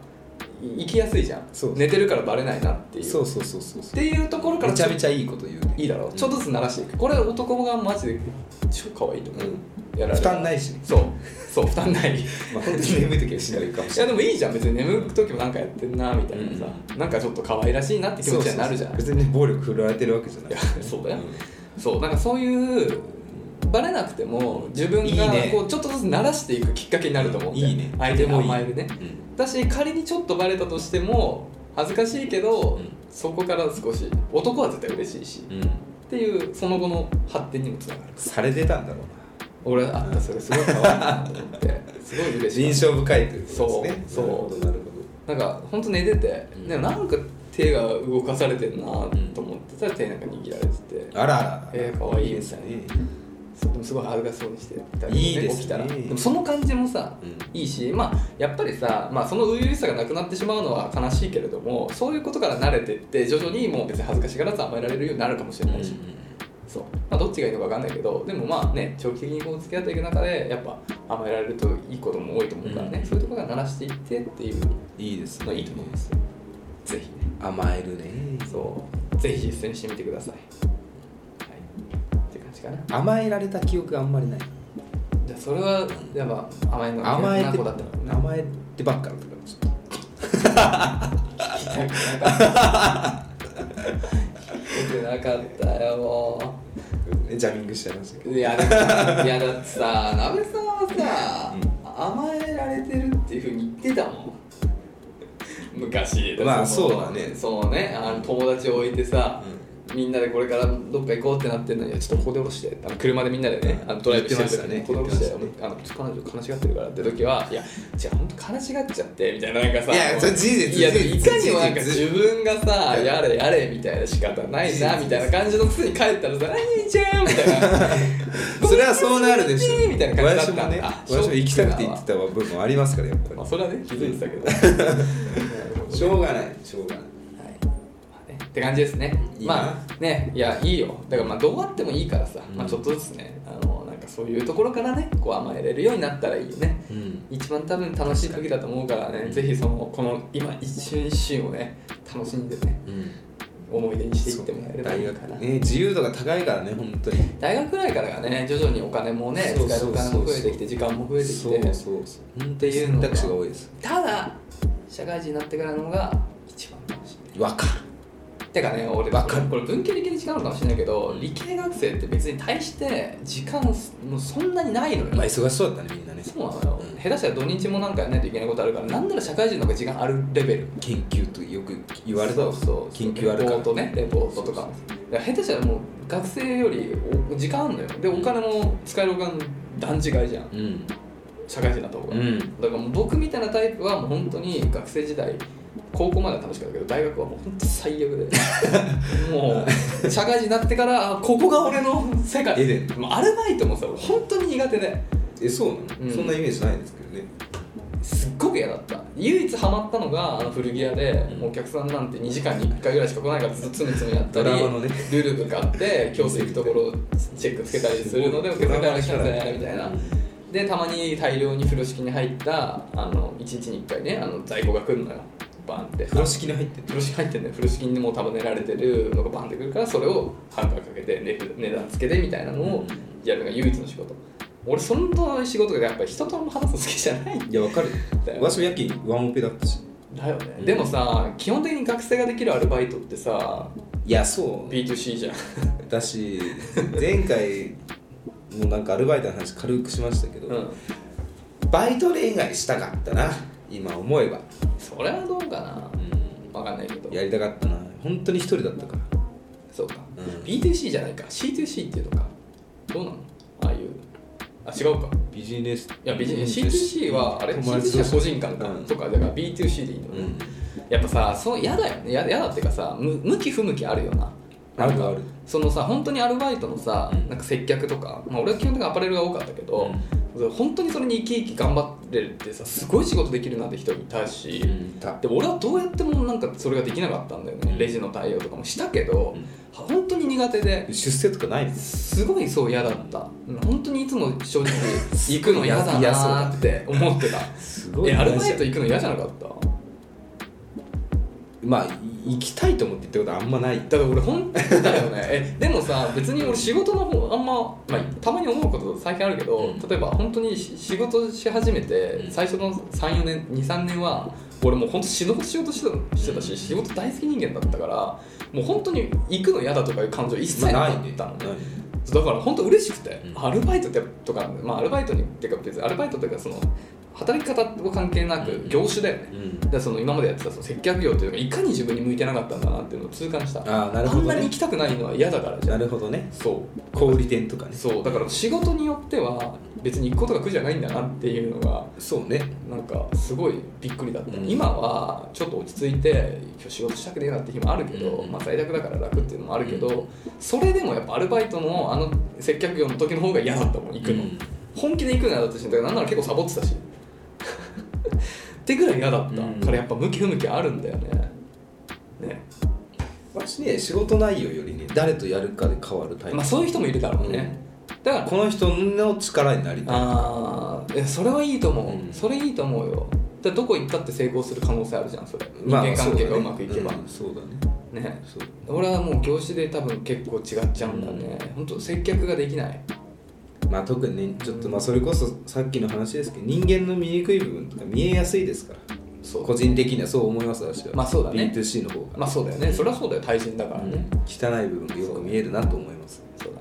B: い生きやすいじゃん
A: そう
B: 寝てるからバレないなっていう
A: そうそうそうそう
B: っていうところから
A: めちゃめ
B: ち
A: ちゃいいこと言うね
B: いいだろう、
A: ん
B: ちょっとずつ慣らしていくこれ男がマジで超可愛いと思う、やられる
A: 負担ないしね
B: そうそう負担ないい
A: まあ本当に眠い時はしないかもしれ
B: や
A: な
B: で
A: い
B: もいいじゃん別に眠る時もなんかやってんなみたいなさ、なんかちょっと可愛らしい なって気持ちになるじゃん
A: そうそうそう別に暴力振るわれてるわけじゃない
B: いやそうだよそうなんかそういうバレなくても自分が
A: いいね
B: こうちょっとずつ慣らしていくきっかけになると思うんだよ
A: いいね
B: 相手も甘えるね
A: うん
B: だし仮にちょっとバレたとしても恥ずかしいけ
A: う
B: ど、
A: ん
B: そこから少し男は絶対嬉しいしっ
A: うんうん
B: ていうその後の発展にもつながる
A: されてたんだろうな
B: 俺あったそれすごい可愛いなと思ってすごい嬉しい
A: 印象深いということですね
B: そう
A: なる
B: そう
A: ほどなるほ
B: なんか本当寝てて、
A: うん
B: でもなんか手が動かされてんなと思ってたら手なんか握られてて、
A: どあらあら
B: えー可愛い
A: ですね
B: そうでもすごい恥ずかしそうにしてたりね
A: いいですね
B: 起きたらでもその感じもさ、
A: うん
B: いいしまあやっぱりさ、まあ、その初々しさがなくなってしまうのは悲しいけれどもそういうことから慣れてって徐々にもう別に恥ずかしがらず甘えられるようになるかもしれないし、そうまあ、どっちがいいのか分かんないけどでもまあね長期的にこう付き合っていく中でやっぱ甘えられるといいことも多いと思うからね、
A: うん
B: そういうところが慣らしていってっていう
A: いいです
B: のいいと思うんですよぜひね
A: 甘えるね
B: そうぜひ実践してみてくださいはいって感じかな
A: 甘えられた記憶があんまりない
B: じゃあそれはやっぱ甘えんのが
A: 甘
B: 嫌
A: え
B: な
A: て
B: 子だった のね
A: 甘えてばっかだったからちょっと
B: よくなかったよも
A: ジャミングしちゃいましたけ
B: ういやだからいやだってさ鍋さんはさ、甘えられてるっていうふうに言ってたもん昔
A: まあ
B: の
A: そうだね
B: そうねあの友達を置いてさ、みんなでこれからどっか行こうってなってんのにいやちょっとここで降ろしてあの車でみんなでねあのドライブしてる時に
A: 言って
B: ここ
A: ま
B: で
A: し
B: 降ろ
A: た
B: し
A: ね
B: て、あの彼女悲しがってるからって時はいや違う本当悲しがっちゃってみたいななんかさ
A: いやそれ事実
B: いや
A: 事実
B: いかにもなんか
A: 事実
B: 自分がさやれやれみたいな仕方ないなみたいな感じのくせに帰ったらさ「あいいじゃん」みたいな
A: ど それはそうなるでしょ
B: みたいな感じだ
A: 私
B: った
A: も
B: ん
A: ね
B: だ
A: 私も行きたくて行ってた部分もありますからやっぱ
B: まあ
A: り
B: それはね気づいてたけどなる ほど
A: しょうがないしょうがない
B: はいまあねって感じですね
A: いいな
B: まあねいやいいよだからまあどうあってもいいからさ、
A: うん
B: まあ、ちょっとずつねあのなんかそういうところからねこう甘えれるようになったらいいよね
A: うん
B: 一番多分楽しい時だと思うからね、
A: うん
B: ぜひそのこの今一瞬一瞬をね楽しんでね
A: うん
B: 思い出にしていってもらえればいいかな
A: 大学ね自由度が高いからね本当に
B: 大学くらいからがね徐々にお金もね
A: そう
B: 使え
A: そうそ
B: る
A: う
B: お金も増えてきて時間も増えてき
A: そう
B: て
A: そうそう本
B: て
A: 当に
B: いう
A: 選
B: のが
A: 択肢が多いです
B: ただ社会人になってからのが一番かもしれな
A: わかる
B: いてかね俺
A: わかる
B: これ文系理系で違うのかもしれないけど理系学生って別に対して時間もうそんなにないのよ、
A: まあ忙しそうだったねみんなね
B: そうなのよ、
A: うん
B: 下手したら土日もなんかやらないといけないことあるからなんなら社会人の方が時間あるレベル
A: 研究とよく言われた
B: そ
A: わ
B: うそう
A: 研究ある
B: レ
A: か
B: ポ
A: ら
B: ートねレポートとかだから下手したらもう学生よりお時間あるのよでお金も使えるお金も段違いじゃん
A: うん
B: 社会人だった方が、
A: うん
B: だからもう僕みたいなタイプはもう本当に学生時代高校までは楽しかったけど大学はもう本当最悪 でもう社会人になってからあここが俺の世界
A: エデン
B: もうアルバイトもさ俺本当に苦手で
A: えそうなの、
B: うん
A: そんなイメージないんですけどね
B: すっごく嫌だった唯一ハマったのがあの古着屋で、
A: うん
B: もうお客さんなんて2時間に1回ぐらいしか来ないからずっとつむつむやった
A: ド
B: り
A: ラマの ね
B: ルール部買って教室行くところチェックつけたりするのでお客さんから来たんじゃないみたいなでたまに大量に風呂敷に入ったあの1日に1回ねあの在庫が来るのよバンって
A: 風呂敷に入ってる
B: 風呂敷入ってんだよ風呂敷にもう束ねられてるのがバンってくるからそれをハンカーかけて値値段つけてみたいなのをやるのが唯一の仕事俺その仕事がやっぱり人と話すの好きじゃない
A: いやわかる
B: だよ
A: わしもやきワンオペだったし
B: だよね、
A: うん
B: でもさ基本的に学生ができるアルバイトってさ
A: いやそう
B: B2C じゃん
A: だし 前回もなんかアルバイトの話軽くしましたけど、
B: うん
A: バイト恋愛したかったな今思えば、
B: それはどうかな
A: う
B: わかんないけど
A: ん、やりたかったな本当に一人だったから
B: そうか、
A: うん
B: B2C じゃないか C2C っていうのかどうなのああいうあ違うか
A: ビジネス
B: いや別に C2C はあれ
A: 友達
B: C2C
A: 同
B: は
A: 士
B: 個人間か、
A: うん
B: とかだから B2C でいいの、
A: うん
B: やっぱさそう嫌だよねや嫌だっていうかさむ向き不向きあるよな
A: あ
B: なん
A: る
B: か
A: ある
B: そのさ本当にアルバイトのさ、
A: うん
B: なんか接客とか、まあ、俺は基本的にアパレルが多かったけど、本当にそれに生き生き頑張ってるってさすごい仕事できるなって人いたし、
A: うんいた
B: で俺はどうやってもなんかそれができなかったんだよね、
A: うん
B: レジの対応とかもしたけど、
A: うん
B: 本当に苦手で
A: 出世とかないです
B: すごいそう嫌だった、うん本当にいつも正直行 くの嫌だなーって思ってた
A: すごい
B: えア
A: 話だ
B: ルバイト行くの嫌じゃなかった
A: まあ行きたいと思って行ったことあんまない
B: だから俺本当だよねえでもさ別に俺仕事の方あんま、まあ、たまに思うこと最近あるけど、
A: うん
B: 例えば本当にし仕事し始めて
A: うん
B: 最初の34年23年は俺もう本当死ぬほど仕事してたしてたし仕事大好き人間だったからもう本当に行くの嫌だとかいう感情一切なかったのね、
A: ない
B: だから本当嬉しくて、
A: うん
B: アルバイトってとか、まあ、アルバイトにっていうか別にアルバイトというかその働き方は関係な
A: う
B: く
A: ん
B: 業種だよね、
A: うん
B: だからその今までやってたその接客業というかいかに自分に向いてなかったんだなっていうのを痛感した
A: ああなる
B: あ
A: ほ
B: ん
A: ど
B: なに
A: ね
B: 行きたくないのは嫌だからじゃ
A: なんるほどね
B: そ
A: 小売店とかね
B: うそうだから仕事によっては別に行くことが苦じゃないんだなっていうのが
A: そうね
B: なんかすごいびっくりだった、
A: うん
B: 今はちょっと落ち着いて今日仕事したくねえなって日もあるけど、
A: うん
B: まあ、在宅だから楽っていうのもあるけど、
A: うん
B: それでもやっぱアルバイトのあの接客業の時の方が嫌だったもん行くの、
A: うん
B: 本気で行くの嫌だったしだからなんなら結構サボってたし ってぐらい嫌だった、
A: うん
B: からやっぱ向き不向きあるんだよねね
A: 私ね仕事内容よりね誰とやるかで変わるタイプ、
B: まあそういう人もいるだろうね、だから
A: この人の力になりたい
B: ああそれはいいと思う、
A: うん
B: それいいと思うよだからどこ行ったって成功する可能性あるじゃんそれ人
A: まあ
B: 間関係がうまくいけば、
A: そうだね,うん、
B: ね
A: そうだね
B: 俺はもう業種で多分結構違っちゃうんだね、本当接客ができない
A: そうまあ特にねちょっとまあそれこそさっきの話ですけど人間の醜い部分とか見えやすいですから
B: そう
A: 個人的にはそう思います私は
B: まあそうだね
A: B2C の方が、
B: まあそうだよねそれはそうだよ対人だから
A: うん
B: ね、
A: 汚い部分がよく見えるなと思います、
B: そうだ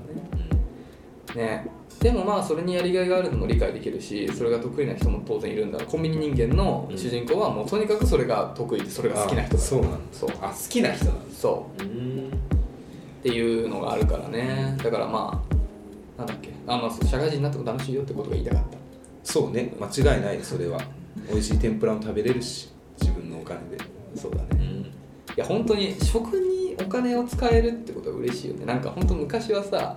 A: うん
B: ねねでもまあそれにやりがいがあるのも理解できるしそれが得意な人も当然いるんだろうコンビニ人間の主人公はもうとにかくそれが得意でそれが好きな人
A: あ
B: だ
A: そうなんだ
B: そう
A: あ好きな人なんだ
B: そう
A: うん
B: っていうのがあるからねだからまあなんだっけあ、まあ、そう社会人になっても楽しいよってことが言いたかった
A: そうね間違いないそれは美味しい天ぷらも食べれるし自分のお金で
B: そうだね
A: うん
B: いや本当に食にお金を使えるってことが嬉しいよねなんか本当昔はさ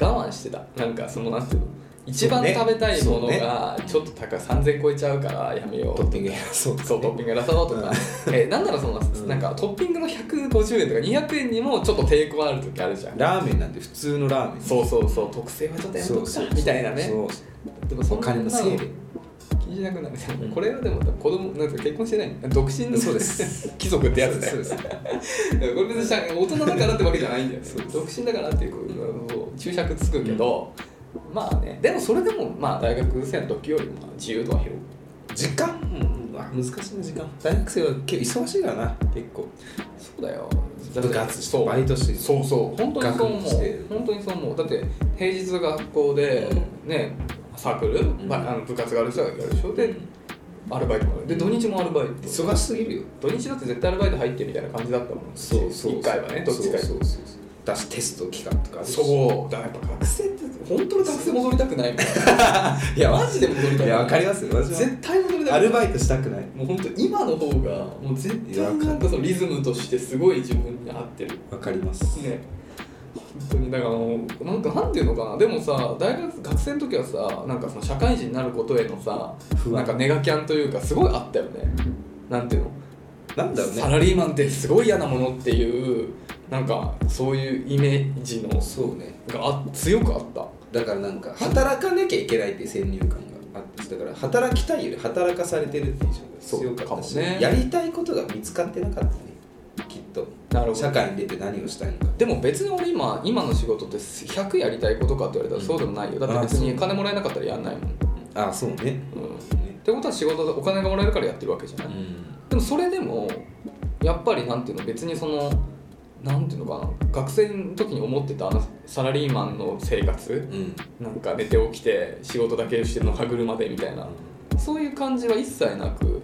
B: 我慢してたなんかそのなんていうの一番
A: そうね
B: 食べたいもの
A: そ
B: がちょっと高い3000超えちゃうからやめよ
A: トッ
B: う
A: ピングやそう
B: そうトッピング選そうとか、えなんならその、
A: ん
B: なんかトッピングの150円とか200円にもちょっと抵抗ある時あるじゃん
A: ラーメンなんて普通のラーメン
B: そうそうそう特製はちょっとやめとくかみたいなね
A: そう
B: でもそん
A: お金のせいで
B: 気いなくなるじゃん
A: うん
B: これはでも子供なんていうか結婚してない独身の
A: そうです
B: 貴族ってやつだ
A: そう
B: よ
A: です
B: これ別に大人だからってわけじゃないんだよね
A: そうです
B: 独身だからっていうこう注釈つくけど、まあねでもそれでもまあ大学生の時よりもまあ自由度は広い
A: 時間うんあ難しいな時間大学生は結構忙しいからな結構
B: そうだよ
A: 部活して
B: そう
A: バイトして
B: そうそう本当にそう思
A: 学
B: う
A: 部して
B: 本当にそう思うだって平日学校でねサークル、
A: ん
B: まあ、あの部活がある人がやるでしょでアルバイトもあるで土日もアルバイト
A: 忙しすぎるよ
B: 土日だって絶対アルバイト入ってるみたいな感じだったもん一回はねどっちか
A: そうそう
B: そ
A: うそうだしテスト期間とかあるし
B: そうだからやっぱ学生って本当に学生戻りたくな いもんいやマジで戻りたくない
A: いやわかりますよ私も
B: 絶対戻りたくない
A: アルバイトしたくない
B: もう本当今の方がもう絶
A: いやわ
B: 対
A: かる
B: なんかそのリズムとしてすごい自分に合ってる
A: わかります、
B: ね本当にだからもうなんかなんていうのかなでもさ大学学生の時はさなんかその社会人になることへのさ
A: 不
B: な
A: 安
B: んかネガキャンというかすごいあったよねなんていうの
A: なんだろうね
B: サラリーマンってすごい嫌なものっていうなんかそういうイメージの
A: そうね
B: があ強くあった
A: だからなんか働かなきゃいけないっていう先入観があってだから働きたいより働かされてるっていう印象が強かったし、
B: そうかもね
A: やりたいことが見つかってなかったねきっと
B: なるほど
A: 社会に出て何をしたいのか
B: でも別に俺今今の仕事って100やりたいことかって言われたらそうでもないよだって別に金もらえなかったらやんないもん、
A: ああそうね
B: うん、ってことは仕事でお金がもらえるからやってるわけじゃない、
A: ん
B: でもそれでもやっぱりなんていうの別にそのなんていうのかな学生の時に思ってたあのサラリーマンの生活
A: うん
B: なんか寝て起きて仕事だけしての歯車でみたいなそういう感じは一切なく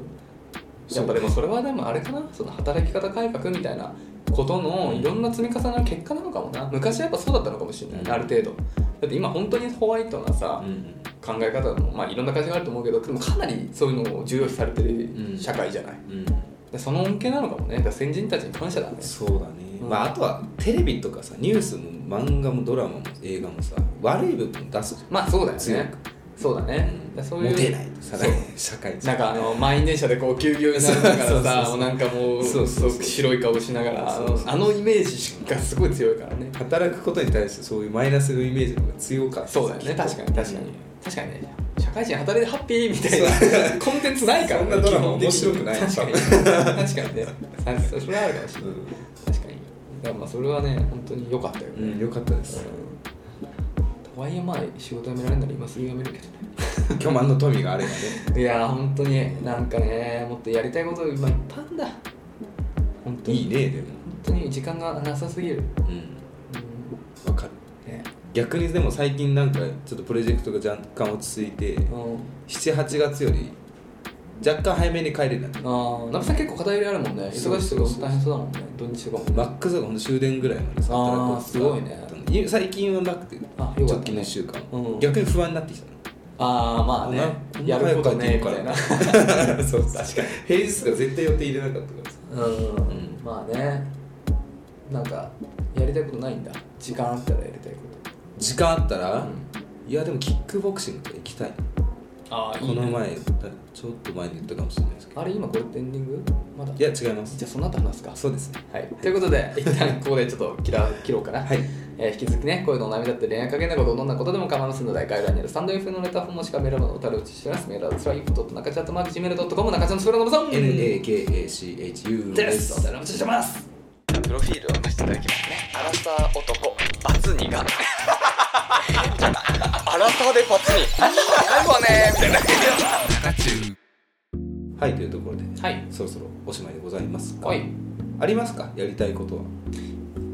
B: やっぱでもそれはでもあれかなその働き方改革みたいなことのいろんな積み重ねの結果なのかもな昔はやっぱそうだったのかもしれない、
A: うん
B: ある程度だって今本当にホワイトなさ、
A: うん
B: 考え方も、まあ、いろんな会社があると思うけどでもかなりそういうのを重要視されて
A: う
B: る
A: ん
B: 社会じゃない、
A: うん
B: でその恩恵なのかもねだから先人たちに感謝だね
A: そうだね、
B: うん
A: まあ、あとはテレビとかさニュースも漫画もドラマも映画もさ悪い部分出すじ
B: まあそうだよ
A: 強
B: ね
A: く
B: そうだ
A: ゃん
B: ね、だからそういう
A: モテないとさ
B: そう
A: 社会人
B: なんかあの満員電車でこう休業になるんだか
A: そう
B: ら
A: そうそう
B: さ
A: そう
B: もうなんかもう
A: そうそうそう
B: すごく白い顔しながらあ
A: そうそうそう
B: のあのイメージがすごい強いからね
A: 働くことに対してそういうマイナスのイメージの方が強かった
B: そうだよね確かに確かに、確かにね社会人働いてハッピーみたい
A: そ
B: なコンテンツないからね
A: そんなドラマ
B: 基本的に
A: 面白くない
B: 確かに確かにねそれはあるかもしれない
A: うん
B: 確かにだからまあそれはね本当に良かったよね、
A: うん、よかったです。
B: うんとはいえまあ仕事辞められるなら今すぐ辞めるけど
A: 巨万の富があればね。
B: ねいやー本当になんかねもっとやりたいこと今いっぱいあんだ本当に
A: いいね、でも。
B: 本当に時間がなさすぎる、
A: うん。
B: う
A: わかる。
B: んね
A: 逆にでも最近なんかちょっとプロジェクトが若干落ち着いて、
B: うん、
A: 7、8月より若干早めに帰れるようになって
B: あーなんかさん結構片入れあるもんね
A: そう
B: 忙しいとか大変そうだもんね土日とかも
A: マックスがほんと終電ぐらいまでさ
B: あー
A: 働くことがあったのい最近はなくて、
B: あ
A: 直
B: よかった
A: 近の
B: ね
A: 1週間、
B: うん
A: 逆に不安になってきたの。
B: ああまあね
A: こんな
B: やることねみ
A: こん
B: たいな
A: な早く帰っていいの かなそう確かに。平日が絶対予定入れなかったからさ。
B: うんまあねなんかやりたいことないんだ時間あったらやりたいこと
A: 時間あったら、
B: うん
A: いやでもキックボクシングとか行きたい。
B: あ
A: この前、ちょっと前に言ったかもしれないですけど。
B: あれ今これってエンディングまだ
A: いや、違います。
B: じゃあその後話すか
A: そうですね。
B: はい、ということで一旦ここでちょっと切ら切ろうかな、
A: はい
B: えー引き続きね声のお悩みだったり恋愛関係ないことどんなことでも構いませんので概要欄にあるスタンド F のレターフォームもしかメールのおたる打ちしてますメールアドレスは info. 中ちゃんとマーク Gmail.com 中ちゃんのスプレーのさん
A: NAKACHU
B: で
A: です
B: お
A: す。
B: たる打ちしてますプロフィールを出していただきますねアラサー男バツニがアラサーでバツニないわねみたいな
A: はい、というところで、
B: はい
A: そろそろおしまいでございますが
B: おい
A: ありますかやりたいことは。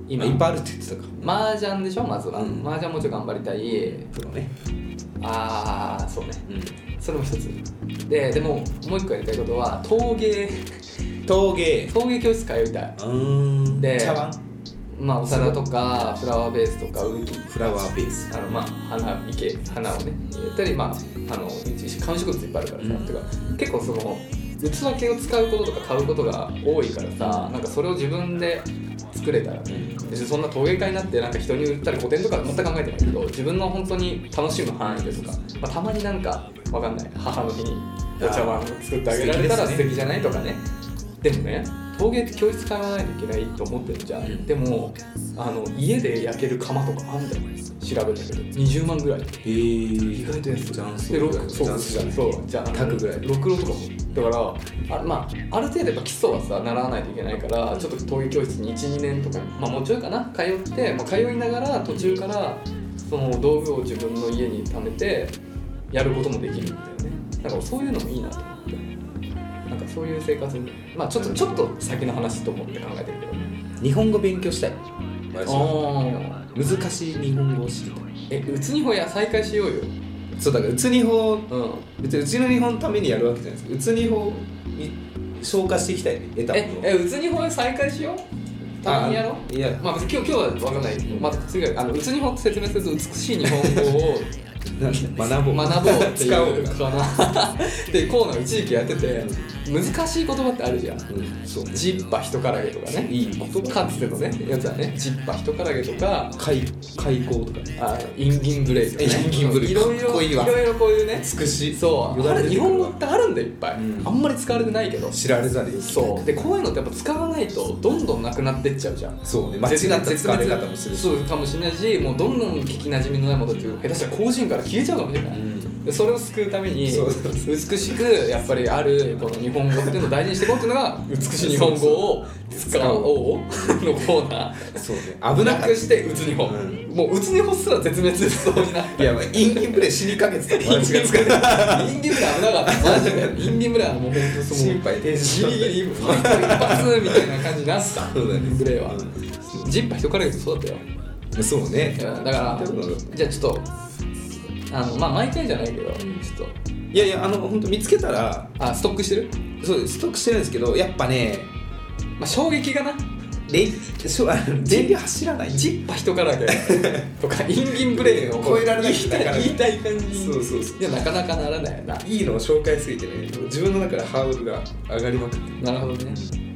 B: 今
A: 今、いっぱいあるって言ってたか。
B: 麻雀でしょまずは、
A: うん
B: 麻雀もうちょい頑張りたい
A: プロね。
B: ああそうね
A: うん。
B: それも一つででももう一個やりたいことは陶芸
A: 陶芸。
B: 陶芸教室通いたいう
A: ーん。
B: で
A: 茶碗
B: まあお皿とかフラワーベースとか植木
A: フラワーベース。
B: あのまあ花生け花をねやったりまああのうち観植物いっぱいあるからさ、
A: うん
B: てか結構その器系を使うこととか買うことが多いからさなんかそれを自分で作れたらね別にそんな陶芸家になってなんか人に売ったり個展とか全く考えてないけど自分の本当に楽しむ範囲でとか、まあ、たまになんかわかんない母の日にお茶碗作ってあげられたら
A: あー素敵ですね
B: 素敵じゃないとかねでもね陶芸って教室通わないといけないと思ってるじゃんでもあの家で焼ける窯とかあんだよ調べたけど20万ぐらい
A: えー、
B: 意外と安い
A: ジャンス
B: でろ
A: ぐ
B: く
A: らい
B: そう
A: じゃない
B: そうじゃあ
A: 炊くぐらい
B: ろくろとかもだからあまあある程度やっぱ基礎はさ習わないといけないからちょっと陶芸教室に12年とかまあもうちょいかな通って、まあ、通いながら途中からその道具を自分の家に貯めてやることもできるんだよねだからそういうのもいいなと思ってなんかそういう生活にまあちょっとちょっと先の話と思って考えてるけど
A: 日本語勉強したい私は
B: ああ
A: 難しい日本語を知りたい
B: えうつにほや再開しようよ
A: そうだからうつ日本
B: うん
A: 別にうちの日本のためにやるわけじゃないですかうつ日本に消化していきたいね得たも
B: え
A: のを
B: えうつにほや再開しようたまにやろう
A: あいや
B: まあ、今日今日は分かんない、また次はあのうつ日本って説明すると美しい日本語を
A: 学ぼう
B: 学ぼうって
A: 使お
B: いう うかなでコーナー一時期やってて難しい言葉ってあるじゃん
A: うんそう
B: ジッパ人からげとかね
A: いい言葉
B: かつてのねやつはねジッパ人からげとか
A: 開開口とか
B: あインギンブレイとか、ね、
A: インギンブレイ
B: いろい
A: かっこ
B: ろ
A: い
B: い
A: いわ
B: ろいろこういうね
A: 美しい
B: そう
A: よだ
B: あれ
A: れ
B: 日
A: 出てく
B: 本
A: る
B: 語
A: わ
B: ってあるんだよいっぱい、
A: うん
B: あんまり使われてないけど
A: 知られざる
B: そうでこういうのってやっぱ使わないとどんどんなくなってっちゃうじゃん
A: そうね間違った使われ方もするし
B: そうかもしれないしもうどんどん聞きなじみのないものっていう下手したら個人から消えちゃうかもしれない、
A: うん
B: でそれを救うために
A: そうそう
B: 美しくやっぱりあるこの日本語っていうのを大事にしていこうっていうのが美しい日本語を使おうのコーナー
A: そうね危な
B: な
A: かっ
B: くしてうつ日本、
A: う
B: もううつ日本すら絶滅しそうになった
A: たいやばいインギンブレイ死にかけてた友達が使って
B: インディムラ危なかったマジ でインディムラはもう本当その
A: 心配停止し
B: ギ
A: た
B: リギリ一発みたいな感じになった
A: そうだね
B: プレーは、
A: う
B: ジッパ人から言うとそうだったよ
A: そうね
B: いやだからじゃあちょっとあのまあ毎回じゃないけどちょっと
A: いやいやあの本当見つけたら
B: あストックしてる、
A: そうストックしてるんですけどやっぱね
B: まあ、衝撃がな
A: レそうあの電流走らない
B: ジッパ 人からげとかインギンブレインを
A: 超えられない
B: 言いたい言いたい感じに
A: そうそうそう
B: いやなかなかならないよない
A: いのを紹介すぎてね自分の中でハードルが上がりまくって
B: なるほどね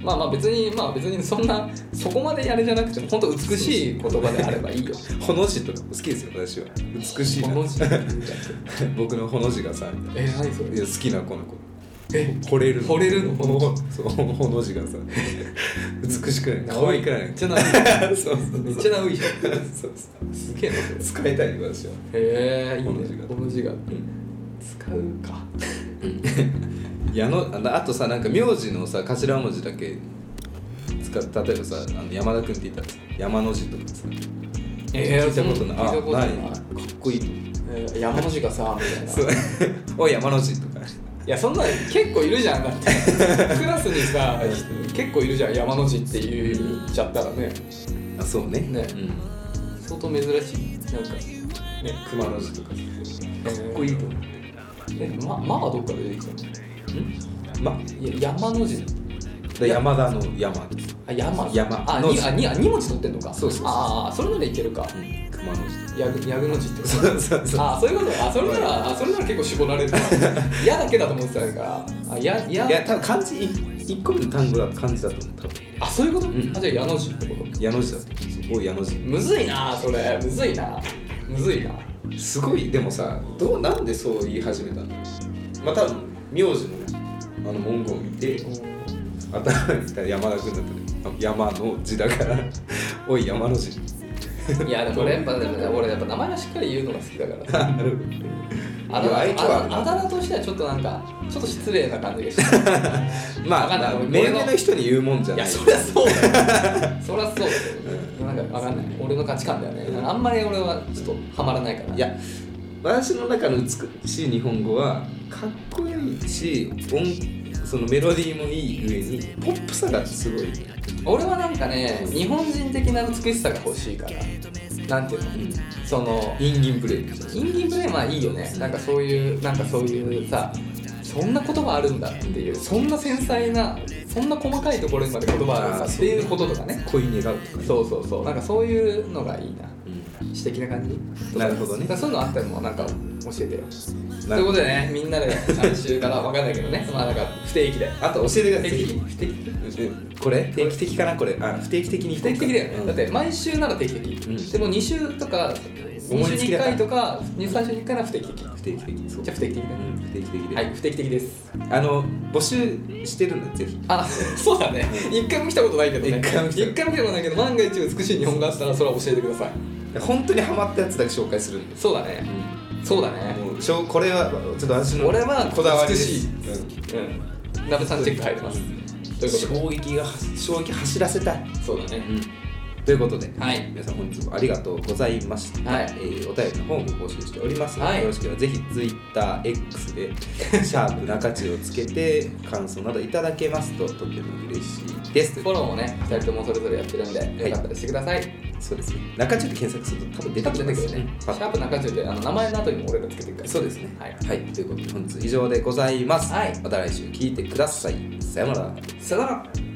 B: まあまあ別にまあ別にそんなそこまでやれじゃなくても本当美しい言葉であればいいよ
A: ほの字とかも好きですよ私は 美しいな
B: この字
A: 僕のほの字がさみたい
B: え何そ
A: ない
B: れ
A: や好きなこの子
B: え
A: 惚れる
B: 惚れるの
A: ほのそうほの字がさ美しくない可愛くない
B: めっち ゃな
A: そうそう
B: めっちゃなういじゃ
A: そ
B: ん
A: うそう
B: すげえなそれへ
A: 使いたいよ私は
B: えいい
A: この字
B: ね
A: が
B: この字が使うか
A: 矢野あのあとさなんか名字のさ頭文字だけ使っ例えばさあの山田君って言ったらさ山の字とかさ
B: えー
A: 聞いたことない
B: 聞いたことない
A: あかっこいいと思う
B: えー山の字がさみたいな
A: そうおい山の字とか
B: いやそんなの結構いるじゃんだってクラスにさ結構いるじゃん山の字って言っちゃったらね
A: あそうね
B: ね
A: うん、
B: 相当珍しいなんかね
A: 熊の字とか
B: かっ
A: こいいと思
B: えままはどっから出てきたの
A: ま
B: いや山の字
A: で山田の山
B: あ山
A: 山
B: あ
A: の
B: に
A: 字
B: あにあ二文字取ってんのか
A: そうそうそう
B: ああそれならいけるか
A: 熊の
B: やぐやぐの字ってこと
A: そうそうそう
B: ああそういうことあそれならあそれなら結構絞られるなやだけだと思ってたからあやや
A: 字いや多分漢字一一個目の単語だ漢字だと思う多分
B: あそういうこと、
A: ん
B: あじゃあ矢の字ってこと
A: 矢の字だと思うおい矢の字
B: むずいなそれむずいなむずいな
A: すごいでもさどうなんでそう言い始めたのまあ多分名字のあの文言を見て頭に来た山田君だったら山の字だから おい山の字
B: いやでも俺やっぱでも俺やっぱ名前がしっかり言うのが好きだからさ
A: なる
B: あ
A: いや愛嬌ある
B: だ名
A: な
B: あだ名としてはちょっとなんかちょっと失礼な感じがして
A: ま
B: わかんない
A: あ
B: 俺の
A: 目上の人に言うもんじゃ
B: い
A: な
B: や
A: い
B: そりゃそうだよそりゃそうだけどなんかわかんない俺の価値観だよねあんまり俺はちょっとハマらないから
A: いや私の中の美しい日本語はかっこいいし音そのメロディーもいい上にポップさがすごい
B: 俺はなんかね日本人的な美しさが欲しいからなんていうの、その
A: インギンプレイです
B: インディープレイはいいよねなんかそういうなんかそういうさそんな言葉あるんだっていうそんな繊細なそんな細かいところにまで言葉あるんだっていうこととかね
A: 恋に願うとかね
B: そうそうそうなんかそういうのがいいな詩的な感じ
A: なるほどね
B: だからそういうのあったらもうなんか教えてよと
A: ないる
B: う
A: ほど
B: ことでねみんなで来週からわかんないけどねまあなんか不定期で
A: あと教えてください
B: 定期
A: 不定期これ定期的かなこれあ不定期的に
B: 不定期的だよね、
A: うん
B: だって毎週なら定期的、
A: うん
B: でも2週とか
A: 思い
B: 週
A: つ
B: に
A: き
B: 1
A: だから
B: 回とか2、3週に1回は不定期的。
A: 不定期的にそう
B: じゃあ不定期的だ
A: う
B: ね。
A: ん不定期的で、
B: はい、不定期的です。
A: あの募集してるんだぜひ
B: あ、 そうだね。一回も来たことないけどね。
A: 一回も来た
B: 一たことないけど、万が一美しい日本があったら、それは教えてください。
A: 本当にハマったやつだけ紹介するんです、
B: そうだね。そうだね。
A: もうしょうこれはちょっと私の
B: 俺は
A: こだわりです
B: 美しいうん。鍋さんチェック入ってます。ということで、
A: 衝撃が衝撃走らせたい、
B: そうだね。
A: ということで、
B: はい
A: 皆さん本日もありがとうございました、
B: はい
A: えーお便りの方も募集しておりますので、
B: はい
A: よろしければぜひ TwitterX で「シャープ中地」をつけて感想などいただけますととても嬉しいです
B: フォローもね、2人ともそれぞれやってるんで、
A: い
B: よかったらしてください。
A: そうですね中地で検索すると多分出
B: 出
A: て
B: て
A: き
B: き
A: ま
B: ますす
A: よ
B: よ
A: ね
B: ね。シ
A: パッと
B: ャープ中中で、あの名前の後にも俺がつけてください。
A: そうですね
B: はい。
A: はい、ということで本日以上でございます、
B: はい
A: また来週聞いてくださいさようなら
B: さよなら。